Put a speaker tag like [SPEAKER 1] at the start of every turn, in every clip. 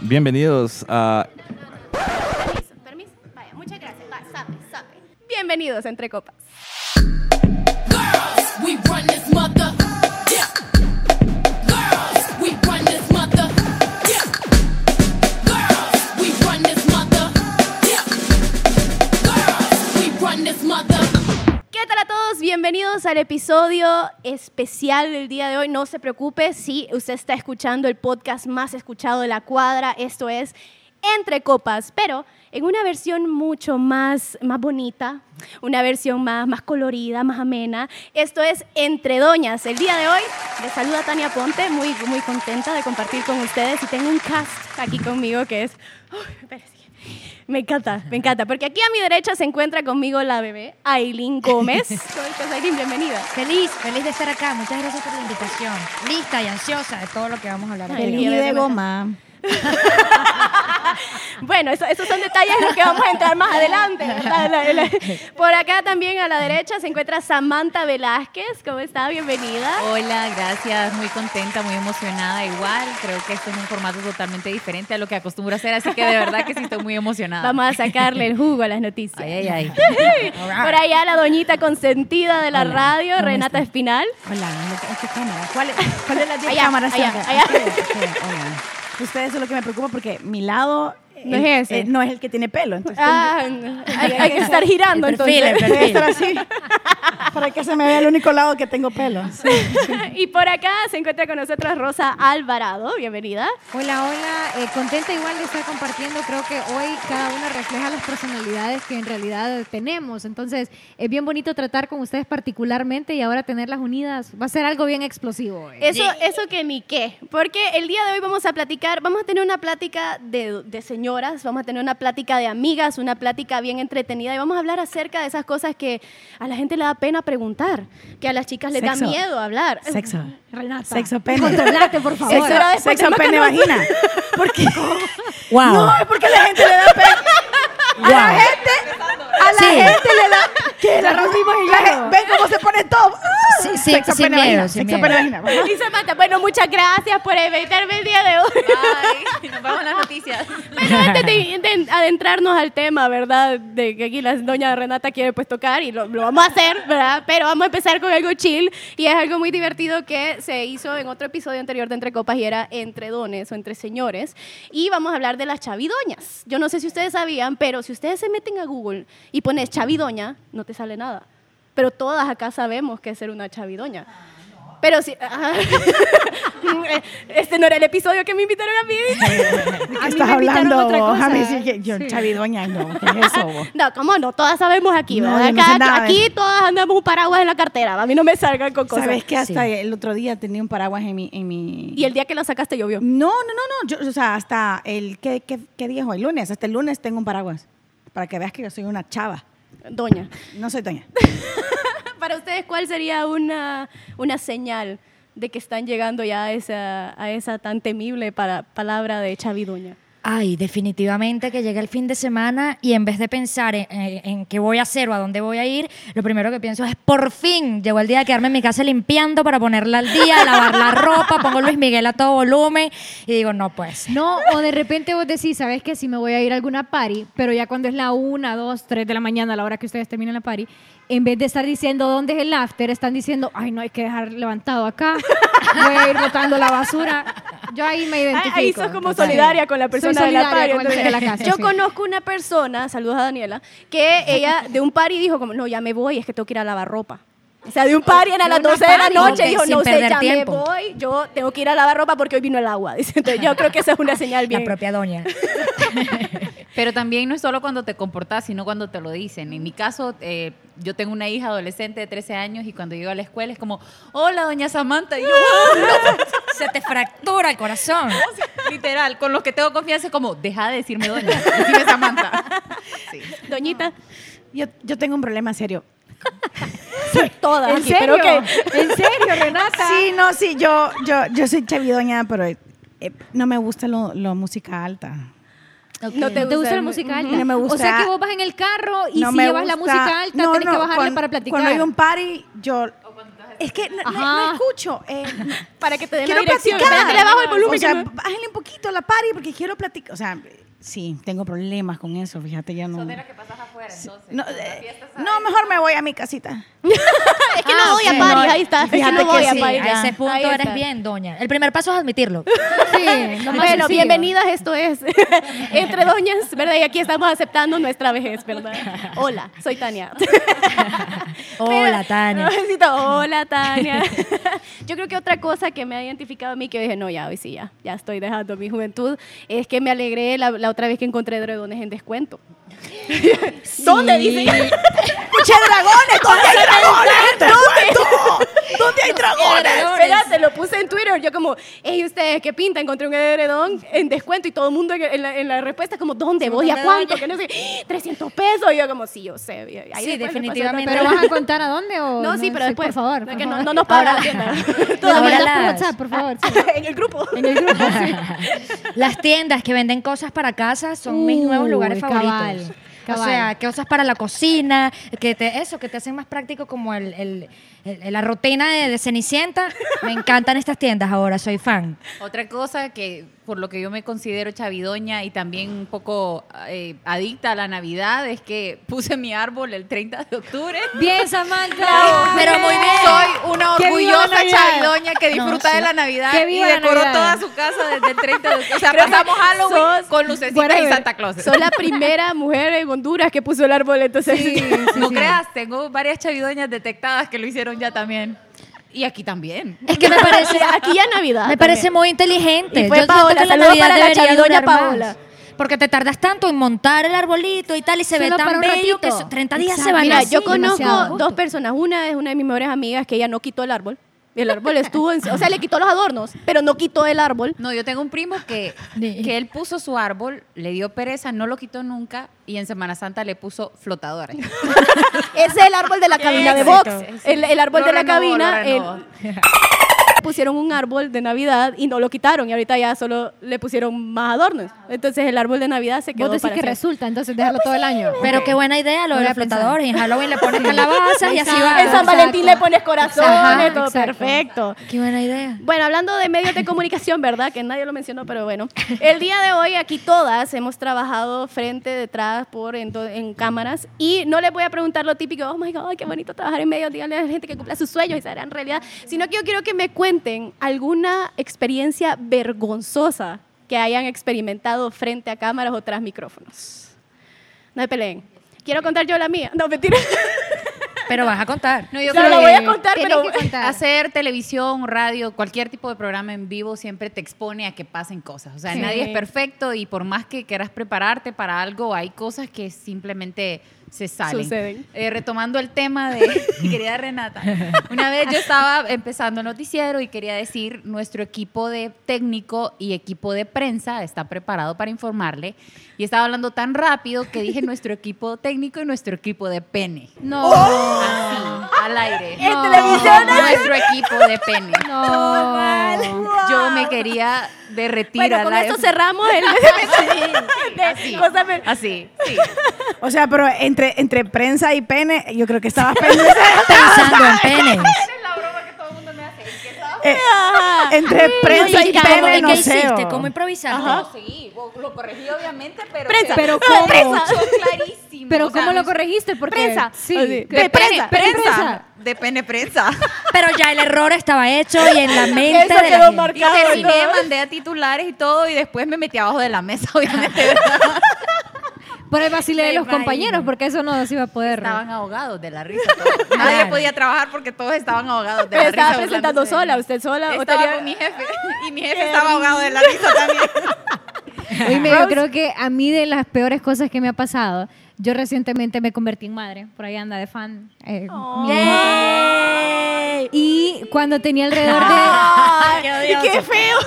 [SPEAKER 1] Bienvenidos a
[SPEAKER 2] Permiso, permiso. Vaya, muchas gracias. Va, sape, sape. Bienvenidos a Entre Copas.
[SPEAKER 3] Girls, we run this mother. Yeah. Girls, we run this mother. Yeah. Girls, we run this mother. Yeah. Girls, we run this mother.
[SPEAKER 2] ¿Qué tal a todos? Bienvenidos al episodio especial del día de hoy. No se preocupe si usted está escuchando el podcast más escuchado de la cuadra. Esto es Entre Copas, pero en una versión mucho más, más bonita, una versión más, más colorida, más amena. Esto es Entre Doñas. El día de hoy les saluda Tania Ponte, muy, muy contenta de compartir con ustedes. Y tengo un cast aquí conmigo que es... Uy, espérese. Me encanta, me encanta. Porque aquí a mi derecha se encuentra conmigo la bebé Aileen Gómez. ¿Cómo estás, Aileen? Bienvenida.
[SPEAKER 4] Feliz, feliz de estar acá. Muchas gracias por la invitación. Lista y ansiosa de todo lo que vamos a hablar
[SPEAKER 2] Feliz.
[SPEAKER 4] hoy.
[SPEAKER 2] Y de
[SPEAKER 5] goma.
[SPEAKER 2] Bueno, eso- esos son detalles en los que vamos a entrar más adelante. ¿verdad? La- la- Por acá también a la derecha se encuentra Samantha Velázquez. ¿Cómo está? Bienvenida.
[SPEAKER 6] Hola, gracias. Muy contenta, muy emocionada. Igual, creo que esto es un formato totalmente diferente a lo que acostumbro a hacer, así que de verdad que sí estoy muy emocionada.
[SPEAKER 2] Vamos a sacarle el jugo a las noticias.
[SPEAKER 6] Ay, ay, ay.
[SPEAKER 2] Por allá la doñita consentida de la
[SPEAKER 4] Hola,
[SPEAKER 2] radio,
[SPEAKER 4] ¿cómo
[SPEAKER 2] Renata
[SPEAKER 4] está?
[SPEAKER 2] Espinal.
[SPEAKER 4] Hola, no me- ocho cámaras. ¿Cuál es, cuál es la diez
[SPEAKER 2] Allá,
[SPEAKER 4] cámaras?
[SPEAKER 2] allá,
[SPEAKER 4] Sandra?
[SPEAKER 2] allá.
[SPEAKER 4] Aquí, aquí, hola.
[SPEAKER 5] Ustedes eso es lo que me preocupa porque mi lado
[SPEAKER 2] No
[SPEAKER 5] el-
[SPEAKER 2] es ese.
[SPEAKER 5] eh, no es el que tiene pelo. Entonces,
[SPEAKER 2] Ah, no. hay, hay que estar girando
[SPEAKER 4] El perfil,
[SPEAKER 2] entonces.
[SPEAKER 4] el
[SPEAKER 5] voy a estar así para que se me vea el único lado que tengo pelo.
[SPEAKER 2] y por acá se encuentra con nosotros Rosa Alvarado. Bienvenida.
[SPEAKER 7] Hola, hola, eh, contenta igual de estar compartiendo, creo que hoy cada uno refleja las personalidades que en realidad tenemos, entonces es bien bonito tratar con ustedes particularmente y ahora tenerlas unidas va a ser algo bien explosivo. hoy.
[SPEAKER 2] Eso, eso que ni qué. Porque el día de hoy vamos a platicar, vamos a tener una plática de, de señoras, vamos a tener una plática de amigas, una plática bien entretenida y vamos a hablar acerca de esas cosas que a la gente le da pena preguntar, que a las chicas les da
[SPEAKER 5] Sexo.
[SPEAKER 2] miedo hablar.
[SPEAKER 5] Sexo.
[SPEAKER 7] Renata,
[SPEAKER 5] Sexo, pene.
[SPEAKER 7] controlate, por favor.
[SPEAKER 5] Sexo,
[SPEAKER 2] ahora después
[SPEAKER 5] sexo
[SPEAKER 2] no
[SPEAKER 5] pene,
[SPEAKER 2] conozco.
[SPEAKER 5] vagina. Porque
[SPEAKER 4] Wow.
[SPEAKER 5] no, es porque la gente le da pena. A la
[SPEAKER 4] Wow.
[SPEAKER 5] gente, a la
[SPEAKER 4] Sí.
[SPEAKER 5] gente le da que la rompimos Ven cómo se pone todo. Ah,
[SPEAKER 4] Sí, sí,
[SPEAKER 5] sexo,
[SPEAKER 4] sin
[SPEAKER 5] pene,
[SPEAKER 4] miedo,
[SPEAKER 5] vagina.
[SPEAKER 4] sin
[SPEAKER 5] Sexo,
[SPEAKER 4] miedo.
[SPEAKER 5] pene, vagina. Ajá.
[SPEAKER 2] Y Samantha, bueno, muchas gracias por invitarme el día de hoy.
[SPEAKER 6] Bye. Nos vamos a las noticias.
[SPEAKER 2] Pero antes de, de adentrarnos al tema, ¿verdad? De que aquí la doña Renata quiere pues tocar y lo, lo vamos a hacer, ¿verdad? Pero vamos a empezar con algo chill y es algo muy divertido que se hizo en otro episodio anterior de Entre Copas y era entre dones o entre señores. Y vamos a hablar de las chavidoñas. Yo no sé si ustedes sabían, pero si ustedes se meten a Google y pones chavidoña, no te sale nada. Pero todas acá sabemos que es ser una chavidoña. Pero sí, ajá. este no era el episodio que me invitaron a mí.
[SPEAKER 5] ¿De
[SPEAKER 7] A
[SPEAKER 5] qué
[SPEAKER 7] mí
[SPEAKER 5] estás
[SPEAKER 7] me invitaron
[SPEAKER 5] hablando
[SPEAKER 7] otra
[SPEAKER 5] vos?
[SPEAKER 7] cosa,
[SPEAKER 5] A mí
[SPEAKER 7] ¿eh?
[SPEAKER 5] sí que yo,
[SPEAKER 7] Sí.
[SPEAKER 5] chavidoña, no. ¿Qué es eso vos?
[SPEAKER 2] No, cómo no, todas sabemos aquí,
[SPEAKER 5] No,
[SPEAKER 2] ¿verdad?
[SPEAKER 5] yo no sé
[SPEAKER 2] Cada-
[SPEAKER 5] nada de
[SPEAKER 2] aquí
[SPEAKER 5] eso.
[SPEAKER 2] todas andamos un paraguas en la cartera, a mí no me salgan con cosas.
[SPEAKER 5] Sabes que hasta el otro día tenía un paraguas en mi, en mi.
[SPEAKER 2] Y el día que lo sacaste llovió.
[SPEAKER 5] No, no, no, no. Yo, o sea, hasta el qué, qué, qué día es hoy, lunes. Hasta el lunes tengo un paraguas para que veas que yo soy una chava.
[SPEAKER 2] Doña,
[SPEAKER 5] No soy doña.
[SPEAKER 2] para ustedes, ¿cuál sería una, una señal de que están llegando ya a esa, a esa tan temible para, palabra de chavidoña?
[SPEAKER 4] Ay, definitivamente que llega el fin de semana y en vez de pensar en, en- en qué voy a hacer o a dónde voy a ir, lo primero que pienso es, por fin, llegó el día de quedarme en mi casa limpiando para ponerla al día, lavar la ropa, pongo Luis Miguel a todo volumen y digo, no pues.
[SPEAKER 7] No, o de repente vos decís, sabes que si me voy a ir a alguna party, pero ya cuando es la 1, 2, 3 de la mañana, a la hora que ustedes terminan la party, en vez de estar diciendo dónde es el after, están diciendo, ay, no hay que dejar levantado acá, voy a ir botando la basura. Yo ahí me
[SPEAKER 2] Ahí-
[SPEAKER 7] identifico.
[SPEAKER 2] Ahí sos como
[SPEAKER 7] Entonces,
[SPEAKER 2] solidaria con la
[SPEAKER 7] soy
[SPEAKER 2] persona de la
[SPEAKER 7] solidaria
[SPEAKER 2] party.
[SPEAKER 7] con el
[SPEAKER 2] entonces,
[SPEAKER 7] de la casa,
[SPEAKER 2] yo
[SPEAKER 7] sí.
[SPEAKER 2] conozco una persona, saludos a Daniela, que ella de un party dijo como, no, ya me voy, es que tengo que ir a lavar ropa. O sea, de un party era a las
[SPEAKER 4] De una
[SPEAKER 2] 12 de la
[SPEAKER 4] party,
[SPEAKER 2] noche
[SPEAKER 4] ok,
[SPEAKER 2] dijo,
[SPEAKER 4] sin
[SPEAKER 2] no sé,
[SPEAKER 4] perder
[SPEAKER 2] ya
[SPEAKER 4] tiempo".
[SPEAKER 2] me voy, yo tengo que ir a lavar ropa porque hoy vino el agua. Dice, Entonces, yo creo que esa es una señal bien.
[SPEAKER 4] La propia doña.
[SPEAKER 6] Pero también no es solo cuando te comportas, sino cuando te lo dicen. En mi caso, eh, yo tengo una hija adolescente de 13 años y cuando llego a la escuela es como, hola, doña Samantha. Y yo,
[SPEAKER 4] Se te fractura el corazón.
[SPEAKER 6] literal, con los que tengo confianza es como, deja de decirme doña, decime Samantha. Sí.
[SPEAKER 2] Doñita,
[SPEAKER 5] Yo, yo tengo un problema serio.
[SPEAKER 2] todas.
[SPEAKER 7] ¿En
[SPEAKER 2] aquí, pero
[SPEAKER 7] serio?
[SPEAKER 2] que-
[SPEAKER 7] ¿En serio, Renata?
[SPEAKER 5] Sí, no, sí, yo, yo, yo soy chavidoña, pero eh, no me gusta lo, lo música alta.
[SPEAKER 2] No te gusta,
[SPEAKER 7] ¿Te gusta,
[SPEAKER 2] el- Mm,
[SPEAKER 7] la música
[SPEAKER 2] Ujú.
[SPEAKER 7] alta?
[SPEAKER 5] No me
[SPEAKER 7] O sea
[SPEAKER 5] gusta.
[SPEAKER 7] que vos vas en el carro y
[SPEAKER 5] no
[SPEAKER 7] si
[SPEAKER 5] me
[SPEAKER 7] llevas la
[SPEAKER 5] gusta-
[SPEAKER 7] música alta,
[SPEAKER 5] No,
[SPEAKER 7] tenés
[SPEAKER 5] no,
[SPEAKER 7] que bajarle
[SPEAKER 5] cuando-
[SPEAKER 7] para platicar.
[SPEAKER 5] Cuando hay un party, yo Es que no, no-
[SPEAKER 7] Ajá.
[SPEAKER 5] no escucho. eh,
[SPEAKER 2] Para que te den
[SPEAKER 5] quiero
[SPEAKER 2] la dirección.
[SPEAKER 5] platicar.
[SPEAKER 2] Espérate, le bajo el volumen.
[SPEAKER 5] O sea,
[SPEAKER 2] que no-
[SPEAKER 5] bájale un poquito la pari porque quiero platicar. O sea, sí, tengo problemas con eso, fíjate, ya no.
[SPEAKER 6] Son de las que pasas afuera, entonces.
[SPEAKER 5] No,
[SPEAKER 6] Las
[SPEAKER 5] eh,
[SPEAKER 6] fiestas
[SPEAKER 5] no, mejor me voy a mi casita.
[SPEAKER 2] es que no voy a
[SPEAKER 4] sí.
[SPEAKER 2] París, ahí está. Es que
[SPEAKER 4] Ah, Fíjate
[SPEAKER 2] no voy
[SPEAKER 4] que
[SPEAKER 2] a
[SPEAKER 4] sí,
[SPEAKER 2] París.
[SPEAKER 4] a ese punto
[SPEAKER 2] Ahí
[SPEAKER 4] eres
[SPEAKER 2] está.
[SPEAKER 4] bien, doña. El primer paso es admitirlo.
[SPEAKER 7] Sí, lo más
[SPEAKER 2] Bueno,
[SPEAKER 7] sencillo.
[SPEAKER 2] bienvenidas, esto es Entre Doñas, ¿verdad? Y aquí estamos aceptando nuestra vejez, ¿verdad? Hola, soy Tania.
[SPEAKER 4] Hola, Tania.
[SPEAKER 2] Necesito, hola, Tania. Yo creo que otra cosa que me ha identificado a mí, que dije, no, ya, hoy sí, ya, ya estoy dejando mi juventud, es que me alegré la, la otra vez que encontré dragones en descuento. ¿Dónde dice?
[SPEAKER 5] ¡Escuché dragones! ¿Dónde hay dragones? ¿Dónde? ¿Dónde hay dragones?
[SPEAKER 2] Espérate, lo puse en Twitter. Yo como, hey, ¿ustedes qué pinta? Encontré un edredón en descuento y todo el mundo en, en la, en la respuesta como, ¿dónde voy? ¿A cuánto? Que no sé, 300 pesos. Y yo como, sí, yo sé. y ahí después
[SPEAKER 4] Sí,
[SPEAKER 2] le pasé
[SPEAKER 4] definitivamente.
[SPEAKER 2] otra
[SPEAKER 7] ¿Pero vas a contar a dónde o
[SPEAKER 2] vez. No, sí, pero
[SPEAKER 7] sé,
[SPEAKER 2] después.
[SPEAKER 7] Por favor,
[SPEAKER 2] No,
[SPEAKER 7] por
[SPEAKER 2] que no,
[SPEAKER 7] favor.
[SPEAKER 2] no nos paga la
[SPEAKER 4] Ahora-
[SPEAKER 2] tienda.
[SPEAKER 7] Lo
[SPEAKER 4] Ahora
[SPEAKER 2] Todavía
[SPEAKER 7] mandas por
[SPEAKER 4] las-
[SPEAKER 7] WhatsApp, por favor. sí.
[SPEAKER 2] no. en el grupo.
[SPEAKER 7] En el grupo, sí.
[SPEAKER 4] Las tiendas que venden cosas para casa son mis
[SPEAKER 7] Uh,
[SPEAKER 4] nuevos lugares
[SPEAKER 7] cabal,
[SPEAKER 4] favoritos. O
[SPEAKER 7] cabal.
[SPEAKER 4] sea, cosas para la cocina, que te, eso, que te hacen más práctico como el, el- el- la rutina de, de Cenicienta. Me encantan estas tiendas ahora, soy fan.
[SPEAKER 6] Otra cosa que por lo que yo me considero chavidoña y también un poco eh, adicta a la Navidad es que puse mi árbol el 30 de octubre.
[SPEAKER 7] Bien, Samantha.
[SPEAKER 4] Pero muy bien.
[SPEAKER 6] Soy una
[SPEAKER 7] ¡Que viva la
[SPEAKER 6] orgullosa
[SPEAKER 7] Navidad!
[SPEAKER 6] chavidoña que
[SPEAKER 4] No,
[SPEAKER 6] disfruta
[SPEAKER 4] sí.
[SPEAKER 6] de la Navidad
[SPEAKER 7] ¡Que
[SPEAKER 6] y
[SPEAKER 7] viva la
[SPEAKER 6] decoró
[SPEAKER 7] Navidad!
[SPEAKER 6] toda su casa desde el 30 de octubre. O sea, pasamos Halloween
[SPEAKER 2] sos-
[SPEAKER 6] con lucecitas y
[SPEAKER 7] whatever.
[SPEAKER 6] Santa Claus.
[SPEAKER 2] Soy la primera mujer en Honduras que puso el árbol, entonces...
[SPEAKER 6] no
[SPEAKER 7] Ah,
[SPEAKER 6] creas, tengo varias chavidoñas detectadas que lo hicieron ya también. Y aquí también.
[SPEAKER 4] Es que me parece,
[SPEAKER 2] Aquí ya Navidad.
[SPEAKER 4] me parece
[SPEAKER 2] también.
[SPEAKER 4] muy inteligente.
[SPEAKER 2] Y fue
[SPEAKER 4] Yo siento
[SPEAKER 2] Paola,
[SPEAKER 4] que la
[SPEAKER 2] saludos
[SPEAKER 4] Navidad
[SPEAKER 2] para la
[SPEAKER 4] debería
[SPEAKER 2] chavidoña
[SPEAKER 4] durar más.
[SPEAKER 2] Paola.
[SPEAKER 4] Porque te tardas tanto en montar el arbolito y tal, y se
[SPEAKER 7] Solo
[SPEAKER 4] ve
[SPEAKER 7] para
[SPEAKER 4] tan
[SPEAKER 7] un
[SPEAKER 4] bello
[SPEAKER 7] ratito.
[SPEAKER 4] que eso- 30 días se
[SPEAKER 7] Exacto.
[SPEAKER 4] van
[SPEAKER 2] Mira,
[SPEAKER 4] así.
[SPEAKER 2] yo conozco
[SPEAKER 7] demasiado.
[SPEAKER 2] dos personas. Una es una de mis mejores amigas que ella no quitó el árbol. El árbol estuvo, en- o sea, le quitó los adornos, pero no quitó el árbol.
[SPEAKER 6] No, yo tengo un primo que,
[SPEAKER 4] Ni-
[SPEAKER 6] que él puso su árbol, le dio pereza, no lo quitó nunca y en Semana Santa le puso flotadores.
[SPEAKER 2] Ese es el árbol de la cabina de box. El, el árbol
[SPEAKER 6] Lo
[SPEAKER 2] de la
[SPEAKER 6] renovó,
[SPEAKER 2] cabina.
[SPEAKER 6] lo renovó.
[SPEAKER 2] el- pusieron un árbol de Navidad y no lo quitaron. Y ahorita ya solo le pusieron más adornos. Entonces el árbol de Navidad se quedó
[SPEAKER 7] Vos decís
[SPEAKER 2] para
[SPEAKER 7] que
[SPEAKER 2] siempre.
[SPEAKER 7] resulta, entonces dejarlo todo el año.
[SPEAKER 4] Pero qué buena idea lo
[SPEAKER 7] Voy
[SPEAKER 4] de
[SPEAKER 7] a
[SPEAKER 4] los
[SPEAKER 7] pensar.
[SPEAKER 4] flotadores. En Halloween le pones calabazas y así va.
[SPEAKER 2] En San Valentín le
[SPEAKER 7] Exacto.
[SPEAKER 2] pones corazones,
[SPEAKER 7] Ajá,
[SPEAKER 2] todo
[SPEAKER 7] exacto.
[SPEAKER 2] perfecto.
[SPEAKER 4] Qué buena idea.
[SPEAKER 2] Bueno, hablando de medios de comunicación, ¿verdad? Que nadie lo mencionó, pero bueno. El día de hoy aquí todas hemos trabajado frente, detrás, por en, to- en cámaras. Y no les voy a preguntar lo típico, oh my God, ay, qué bonito trabajar en medios, díganle a la gente que cumpla sus sueños y se harán realidad. Sino que yo quiero que me cuenten alguna experiencia vergonzosa que hayan experimentado frente a cámaras o tras micrófonos. No me peleen. Quiero contar yo la mía. No, mentira.
[SPEAKER 4] Pero vas a contar.
[SPEAKER 6] No, yo
[SPEAKER 2] No,
[SPEAKER 6] creo
[SPEAKER 2] lo
[SPEAKER 6] que
[SPEAKER 2] voy a contar,
[SPEAKER 7] Tienes
[SPEAKER 2] pero...
[SPEAKER 7] que contar.
[SPEAKER 6] hacer televisión, radio, cualquier tipo de programa en vivo siempre te expone a que pasen cosas. O sea,
[SPEAKER 2] Sí.
[SPEAKER 6] nadie es perfecto y por más que quieras prepararte para algo, hay cosas que simplemente se salen.
[SPEAKER 2] Suceden.
[SPEAKER 6] Eh, retomando el tema de mi querida Renata, una vez yo estaba empezando el noticiero y quería decir, nuestro equipo de técnico y equipo de prensa está preparado para informarle y estaba hablando tan rápido que dije nuestro equipo técnico y nuestro equipo de E. pene.
[SPEAKER 7] No.
[SPEAKER 6] Así,
[SPEAKER 2] Ah.
[SPEAKER 6] al aire.
[SPEAKER 7] En televisión.
[SPEAKER 6] Nuestro equipo de pene.
[SPEAKER 7] No.
[SPEAKER 6] Yo me quería derretir
[SPEAKER 2] Bueno,
[SPEAKER 6] al
[SPEAKER 2] con
[SPEAKER 6] aire.
[SPEAKER 2] esto cerramos el... de
[SPEAKER 6] Así,
[SPEAKER 2] cosas ver-
[SPEAKER 6] así, sí.
[SPEAKER 5] O sea, pero entre, entre prensa y pene, yo creo que estabas pensando.
[SPEAKER 4] Pensando en penes.
[SPEAKER 5] eh, entre prensa
[SPEAKER 4] Oye,
[SPEAKER 5] y
[SPEAKER 4] ¿y cómo-
[SPEAKER 5] pene,
[SPEAKER 4] ¿y
[SPEAKER 5] no
[SPEAKER 4] ¿Qué
[SPEAKER 5] sé. oh.
[SPEAKER 4] hiciste?
[SPEAKER 5] o-
[SPEAKER 4] ¿Cómo improvisaste?
[SPEAKER 6] Sí, lo corregí obviamente, pero...
[SPEAKER 2] Prensa.
[SPEAKER 7] Pero
[SPEAKER 2] No,
[SPEAKER 7] ¿cómo?
[SPEAKER 2] prensa.
[SPEAKER 6] clarísimo.
[SPEAKER 7] Pero ¿cómo lo corregiste? Porque,
[SPEAKER 2] Prensa.
[SPEAKER 7] Sí.
[SPEAKER 2] Así. De
[SPEAKER 7] Pe-
[SPEAKER 2] prensa.
[SPEAKER 7] pe-
[SPEAKER 6] Prensa. De pene prensa.
[SPEAKER 4] Pero ya el error estaba hecho y en la mente
[SPEAKER 2] Eso
[SPEAKER 4] de
[SPEAKER 2] quedó
[SPEAKER 4] la gente.
[SPEAKER 6] Y
[SPEAKER 2] marcado. ¿no?
[SPEAKER 6] terminé, mandé a titulares y todo, y después me metí abajo de la mesa, obviamente. ¿verdad?
[SPEAKER 7] Por el vacile de
[SPEAKER 6] Me
[SPEAKER 7] los
[SPEAKER 6] imagino.
[SPEAKER 7] compañeros, porque eso no se iba a poder.
[SPEAKER 6] Estaban ahogados de la risa. todos. Nadie
[SPEAKER 4] Claro.
[SPEAKER 6] podía trabajar porque todos estaban ahogados de
[SPEAKER 2] Pero
[SPEAKER 6] la risa.
[SPEAKER 2] estaba presentando
[SPEAKER 6] burlándose de
[SPEAKER 2] sola,
[SPEAKER 6] mí.
[SPEAKER 2] usted sola. o
[SPEAKER 6] Estaba
[SPEAKER 2] tenía-
[SPEAKER 6] con mi jefe, y mi jefe estaba ahogado de la risa también.
[SPEAKER 7] Oíme, yo creo que a mí de las peores cosas que me ha pasado, yo recientemente me convertí en madre, por ahí anda de fan. eh,
[SPEAKER 2] Oh.
[SPEAKER 7] mi hijo.
[SPEAKER 4] ¡Yay!
[SPEAKER 7] Y cuando tenía alrededor de
[SPEAKER 2] Ay,
[SPEAKER 4] Qué odioso.
[SPEAKER 2] qué feo.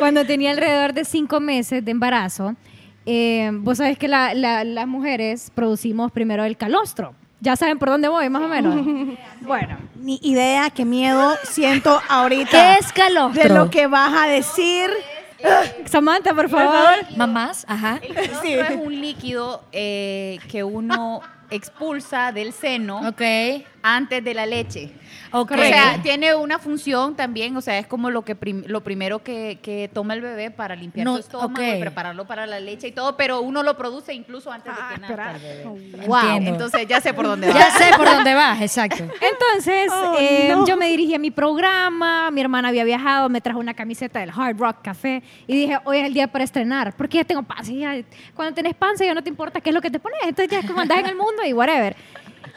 [SPEAKER 7] cuando tenía alrededor de cinco meses de embarazo, eh, vos sabés que la- la- las mujeres producimos primero el calostro. Ya saben por dónde voy, más o menos. Bueno,
[SPEAKER 5] Ni idea qué miedo siento ahorita.
[SPEAKER 4] ¿Qué es calostro?
[SPEAKER 5] De lo que vas a decir.
[SPEAKER 7] Samantha, por favor.
[SPEAKER 4] Mamás, ajá.
[SPEAKER 6] El calostro es un líquido eh, que uno expulsa del seno
[SPEAKER 4] Ok.
[SPEAKER 6] antes de la leche.
[SPEAKER 4] Ok.
[SPEAKER 6] O sea, tiene una función también, o sea, es como lo que prim- lo primero que, que toma el bebé para limpiar
[SPEAKER 4] No,
[SPEAKER 6] su estómago
[SPEAKER 4] ok.
[SPEAKER 6] y prepararlo para la leche y todo, pero uno lo produce incluso antes de que nazca el bebé.
[SPEAKER 4] Wow.
[SPEAKER 6] Entonces ya sé por dónde va.
[SPEAKER 4] ya sé por dónde vas, exacto.
[SPEAKER 7] Entonces,
[SPEAKER 5] Oh,
[SPEAKER 7] eh,
[SPEAKER 5] no.
[SPEAKER 7] yo me dirigí a mi programa, mi hermana había viajado, me trajo una camiseta del Hard Rock Café y dije, hoy es el día para estrenar, porque ya tengo panza. y ya- cuando tenés panza ya no te importa qué es lo que te pones, entonces ya es como andás en el mundo y whatever.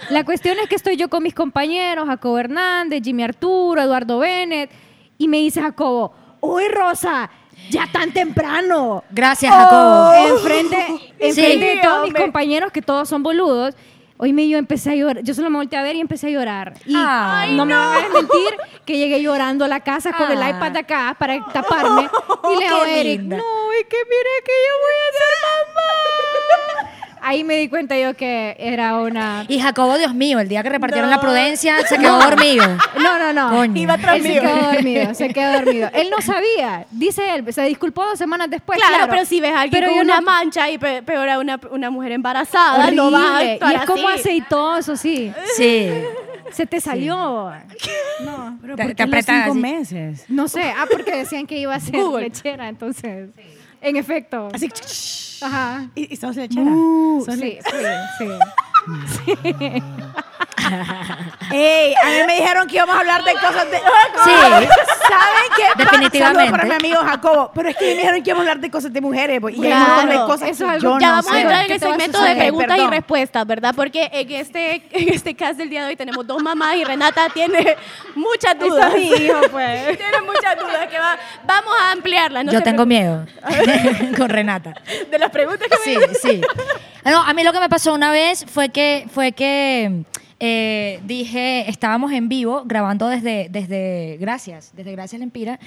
[SPEAKER 7] La cuestión es que estoy yo con mis compañeros, Jacobo Hernández, Jimmy Arturo, Eduardo Bennett, y me dice Jacobo, uy Rosa, ya tan temprano.
[SPEAKER 4] Gracias,
[SPEAKER 5] Oh.
[SPEAKER 4] Jacobo.
[SPEAKER 7] Enfrente, enfrente
[SPEAKER 4] Sí,
[SPEAKER 7] de todos mis
[SPEAKER 5] hombre.
[SPEAKER 7] compañeros que todos son boludos. Hoy me yo empecé a llorar. Yo solo me volteé a ver y empecé a llorar. Y
[SPEAKER 4] Ay,
[SPEAKER 7] no, me van a mentir que llegué llorando a la casa con el
[SPEAKER 4] Ah.
[SPEAKER 7] iPad de acá para taparme. Y le digo a
[SPEAKER 4] Qué
[SPEAKER 7] Eric,
[SPEAKER 4] linda.
[SPEAKER 7] no, es que mira que yo voy a ser mamá. Ahí me di cuenta yo que era una...
[SPEAKER 4] Y Jacobo, Dios mío, el día que repartieron
[SPEAKER 5] No.
[SPEAKER 4] la prudencia, se quedó dormido.
[SPEAKER 7] No, no, no.
[SPEAKER 4] Coño.
[SPEAKER 5] Iba tras
[SPEAKER 7] Él se
[SPEAKER 5] mío.
[SPEAKER 7] quedó dormido, se quedó dormido. Él no sabía, dice él, se disculpó dos semanas después.
[SPEAKER 2] claro, pero si ves a alguien
[SPEAKER 7] Pues Pero
[SPEAKER 2] con
[SPEAKER 7] yo
[SPEAKER 2] una
[SPEAKER 7] no-
[SPEAKER 2] mancha y pe- peor a una, una mujer embarazada, no vas a
[SPEAKER 7] horrible.
[SPEAKER 2] actuar
[SPEAKER 7] y es como
[SPEAKER 2] así.
[SPEAKER 7] aceitoso, sí.
[SPEAKER 4] Sí.
[SPEAKER 7] Se te salió. No,
[SPEAKER 5] Pero
[SPEAKER 4] Te-
[SPEAKER 5] ¿por
[SPEAKER 4] te
[SPEAKER 5] qué los
[SPEAKER 4] apretan
[SPEAKER 5] cinco
[SPEAKER 4] así.
[SPEAKER 5] meses?
[SPEAKER 7] no sé. Ah, porque decían que iba a ser
[SPEAKER 2] Google.
[SPEAKER 7] lechera, entonces. En efecto.
[SPEAKER 5] Así.
[SPEAKER 7] Ajá.
[SPEAKER 5] ¿Y, y sos lechera? Sos
[SPEAKER 7] Sí,
[SPEAKER 5] le-
[SPEAKER 7] sí, sí.
[SPEAKER 5] Ey, a mí me dijeron que íbamos a hablar de cosas de...
[SPEAKER 4] Sí.
[SPEAKER 5] ¿Saben qué? pasa?
[SPEAKER 4] Definitivamente.
[SPEAKER 5] Saludos para mi amigo Jacobo. Pero es que me dijeron que íbamos a hablar de cosas de mujeres. bo, Y hay un
[SPEAKER 2] Claro.
[SPEAKER 5] montón de cosas
[SPEAKER 7] Eso
[SPEAKER 5] que
[SPEAKER 7] es algo
[SPEAKER 5] yo
[SPEAKER 7] que
[SPEAKER 2] Ya
[SPEAKER 5] no
[SPEAKER 2] vamos a
[SPEAKER 5] sé.
[SPEAKER 2] entrar en
[SPEAKER 7] ¿Qué
[SPEAKER 2] el
[SPEAKER 7] te va a
[SPEAKER 2] segmento de
[SPEAKER 7] suceder?
[SPEAKER 2] preguntas
[SPEAKER 5] Perdón.
[SPEAKER 2] y respuestas, ¿verdad? Porque en este, en este caso del día de hoy tenemos dos mamás y Renata tiene muchas dudas.
[SPEAKER 7] mi hijo, pues.
[SPEAKER 2] tiene muchas dudas que va, vamos a ampliarlas. no
[SPEAKER 4] Yo
[SPEAKER 2] se
[SPEAKER 4] tengo
[SPEAKER 2] preocupen.
[SPEAKER 4] miedo con Renata.
[SPEAKER 2] De las preguntas que
[SPEAKER 4] Sí,
[SPEAKER 2] me
[SPEAKER 4] sí. No, a mí lo que me pasó una vez fue que, fue que eh, dije, estábamos en vivo grabando desde, desde Gracias, desde Gracias Lempira,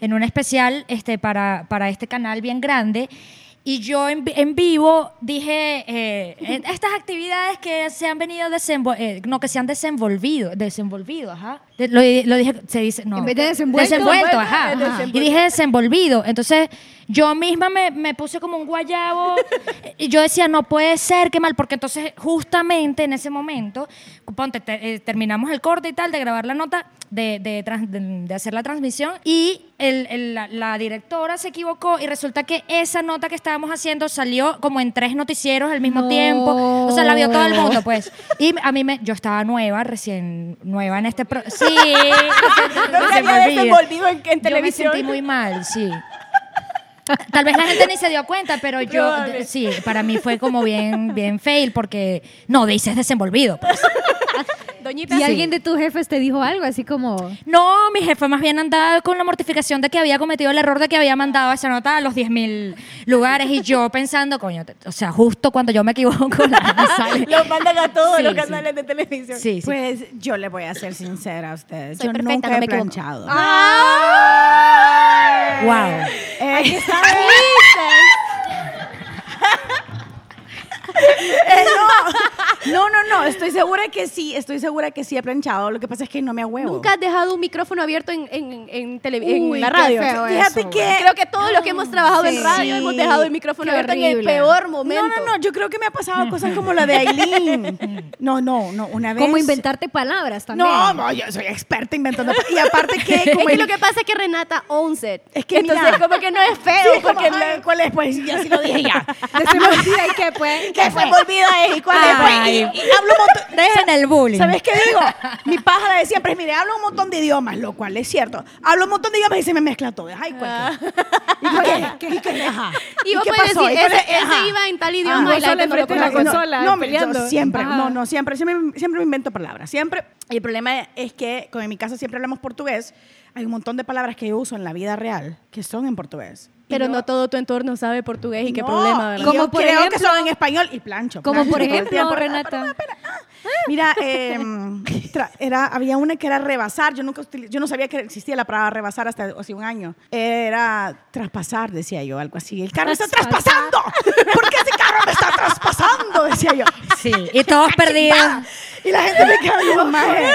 [SPEAKER 4] en un especial este, para, para este canal bien grande. Y yo en, vi- en vivo dije, eh, eh, estas actividades que se han venido desenvol... eh, no, que se han desenvolvido, desenvolvido, ajá. De- lo, lo dije, se dice, no.
[SPEAKER 7] En vez de desenvuelto.
[SPEAKER 4] Desenvuelto, ajá.
[SPEAKER 7] Desenvuelto.
[SPEAKER 4] ajá. Y dije desenvolvido. Entonces, yo misma me, me puse como un guayabo. y yo decía, no puede ser, qué mal. Porque entonces, justamente en ese momento, ponte, te- eh, terminamos el corte y tal, de grabar la nota, de, de trans- de- de hacer la transmisión. Y el- el- la, la directora se equivocó y resulta que esa nota que estábamos haciendo salió como en tres noticieros al mismo
[SPEAKER 7] No.
[SPEAKER 4] tiempo. O sea, la vio todo el mundo, pues. Y a mí me... Yo estaba nueva, recién nueva en este... pro- sí.
[SPEAKER 2] No se había
[SPEAKER 4] desenvolvida.
[SPEAKER 2] desenvolvido en, en
[SPEAKER 4] Yo
[SPEAKER 2] televisión.
[SPEAKER 4] me sentí muy mal, sí. Tal vez la gente ni se dio cuenta, pero yo
[SPEAKER 2] Probable.
[SPEAKER 4] sí, para mí fue como bien bien fail porque no dices desenvolvido. pues.
[SPEAKER 2] Doñita,
[SPEAKER 7] Y
[SPEAKER 2] sí.
[SPEAKER 7] alguien de tus jefes te dijo algo así como.
[SPEAKER 4] No, mi jefe más bien andaba con la mortificación de que había cometido el error de que había mandado esa nota a los 10.000 lugares y yo pensando, coño, te- o sea, justo cuando yo me equivoco la nota sale.
[SPEAKER 2] Lo mandan a todos
[SPEAKER 4] Sí,
[SPEAKER 2] los
[SPEAKER 4] sí.
[SPEAKER 2] canales de televisión.
[SPEAKER 4] Sí, sí.
[SPEAKER 5] Pues yo le voy a ser sincera a ustedes.
[SPEAKER 2] Soy
[SPEAKER 5] yo
[SPEAKER 2] perfecta,
[SPEAKER 5] nunca
[SPEAKER 2] no
[SPEAKER 5] he
[SPEAKER 2] me equivoco. Ah,
[SPEAKER 5] planchado.
[SPEAKER 4] wow.
[SPEAKER 5] Eh, Eh, no. no, no, no. Estoy segura que sí. Estoy segura que sí he planchado. Lo que pasa es que no me a huevo.
[SPEAKER 2] Nunca has dejado un micrófono abierto en, en, en, tele-
[SPEAKER 7] Uy,
[SPEAKER 2] en la
[SPEAKER 7] qué
[SPEAKER 2] radio.
[SPEAKER 7] feo
[SPEAKER 5] Fíjate
[SPEAKER 7] eso,
[SPEAKER 5] que
[SPEAKER 2] Creo que todos los que hemos trabajado en radio
[SPEAKER 7] Sí.
[SPEAKER 2] hemos dejado el micrófono
[SPEAKER 7] Qué
[SPEAKER 2] abierto en el
[SPEAKER 7] horrible.
[SPEAKER 2] peor momento.
[SPEAKER 5] No, no, no, yo creo que me ha pasado cosas como la de Aileen. No, no, no, una vez.
[SPEAKER 7] Como inventarte palabras también.
[SPEAKER 5] No, no, yo soy experta inventando. Y aparte que
[SPEAKER 2] Es
[SPEAKER 5] como
[SPEAKER 2] que
[SPEAKER 5] el-
[SPEAKER 2] lo que pasa es que Renata onset.
[SPEAKER 5] Es que
[SPEAKER 2] entonces
[SPEAKER 5] mira.
[SPEAKER 2] como que no es
[SPEAKER 5] Sí,
[SPEAKER 2] feo
[SPEAKER 5] es como,
[SPEAKER 2] porque
[SPEAKER 5] ay,
[SPEAKER 2] la-
[SPEAKER 5] ¿cuál es? Pues ya sí lo dije ya.
[SPEAKER 7] Desenvolvida y qué, pues.
[SPEAKER 5] ¿Qué fue? Me olvida es y cuál es.
[SPEAKER 4] Ay.
[SPEAKER 5] Pues, y, y hablo un montón.
[SPEAKER 4] Dejen el bullying.
[SPEAKER 5] ¿Sabes qué digo? Mi pájara de siempre es, mire, hablo un montón de idiomas, lo cual es cierto. Hablo un montón de idiomas y se me mezcla todo. Ay, ¿cuál qué? ¿Y cuál qué? ¿Y qué? Ajá.
[SPEAKER 2] Y vos
[SPEAKER 5] qué
[SPEAKER 2] puedes
[SPEAKER 5] pasó? Ah. ¿Y
[SPEAKER 2] decir,
[SPEAKER 5] cuál es?
[SPEAKER 2] ese- ese
[SPEAKER 5] Ajá.
[SPEAKER 2] iba en tal idioma
[SPEAKER 5] Ajá.
[SPEAKER 2] y la gente no lo
[SPEAKER 7] con la
[SPEAKER 5] Ajá, no,
[SPEAKER 7] consola,
[SPEAKER 5] No, me- yo
[SPEAKER 7] peleando.
[SPEAKER 5] siempre,
[SPEAKER 7] Ajá.
[SPEAKER 5] no, no, siempre, siempre, siempre me invento palabras, siempre. Y el problema es que, como en mi casa siempre hablamos portugués, hay un montón de palabras que yo uso en la vida real que son en portugués.
[SPEAKER 2] Pero no todo tu entorno sabe portugués y qué
[SPEAKER 5] No,
[SPEAKER 2] problema,
[SPEAKER 5] y
[SPEAKER 2] ¿verdad?
[SPEAKER 5] yo
[SPEAKER 7] Como por
[SPEAKER 5] creo que
[SPEAKER 7] ejemplo-
[SPEAKER 5] son en español y plancho.
[SPEAKER 7] Como
[SPEAKER 5] plancho
[SPEAKER 7] por
[SPEAKER 5] todo el
[SPEAKER 7] ejemplo,
[SPEAKER 5] tiempo.
[SPEAKER 7] Renata.
[SPEAKER 5] Mira, eh, tra- era, había una que era rebasar. Yo nunca utili- yo no sabía que existía la palabra rebasar hasta hace un año. Era traspasar, decía yo, algo así. El carro está
[SPEAKER 7] Traspasar.
[SPEAKER 5] traspasando. ¿Por qué ese carro me está traspasando? Decía yo.
[SPEAKER 4] Sí, y todos perdidos.
[SPEAKER 5] ¡Ah! Y la gente me queda viendo maje.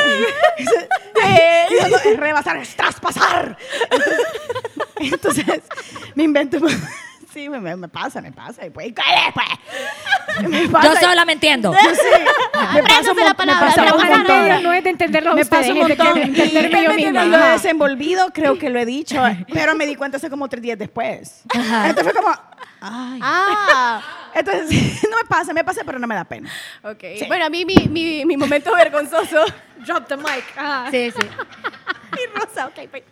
[SPEAKER 5] Dice, eh, y yo, no, es rebasar, es traspasar. Entonces, entonces, me invento. Sí, me, me- me pasa, me pasa. Y pues, ¿y ¿cuál es, pues? Me
[SPEAKER 4] Yo
[SPEAKER 5] pasa.
[SPEAKER 4] solo me entiendo.
[SPEAKER 5] Yo sí. Me pasa un
[SPEAKER 2] la
[SPEAKER 5] mon- me
[SPEAKER 2] palabra,
[SPEAKER 5] pasa un
[SPEAKER 7] Pero
[SPEAKER 2] trabajar
[SPEAKER 5] montón.
[SPEAKER 7] bueno, no, no es de entenderlo a
[SPEAKER 5] Me
[SPEAKER 7] ustedes,
[SPEAKER 5] pasa un
[SPEAKER 7] es de que-
[SPEAKER 5] montón.
[SPEAKER 7] de entenderme yo
[SPEAKER 5] Realmente
[SPEAKER 7] misma.
[SPEAKER 5] no lo he
[SPEAKER 7] Ajá.
[SPEAKER 5] desenvolvido, creo que lo he dicho, pero me di cuenta hace como tres días después.
[SPEAKER 4] Ajá.
[SPEAKER 5] Entonces fue como, ay.
[SPEAKER 2] Ah,
[SPEAKER 5] Entonces, no me pasa, me pasa, pero no me da pena.
[SPEAKER 2] ok.
[SPEAKER 5] Sí.
[SPEAKER 2] Bueno, a mí mi, mi, mi momento vergonzoso. Drop the mic. Ah,
[SPEAKER 4] Sí, sí.
[SPEAKER 2] y Rosa, ok. pues.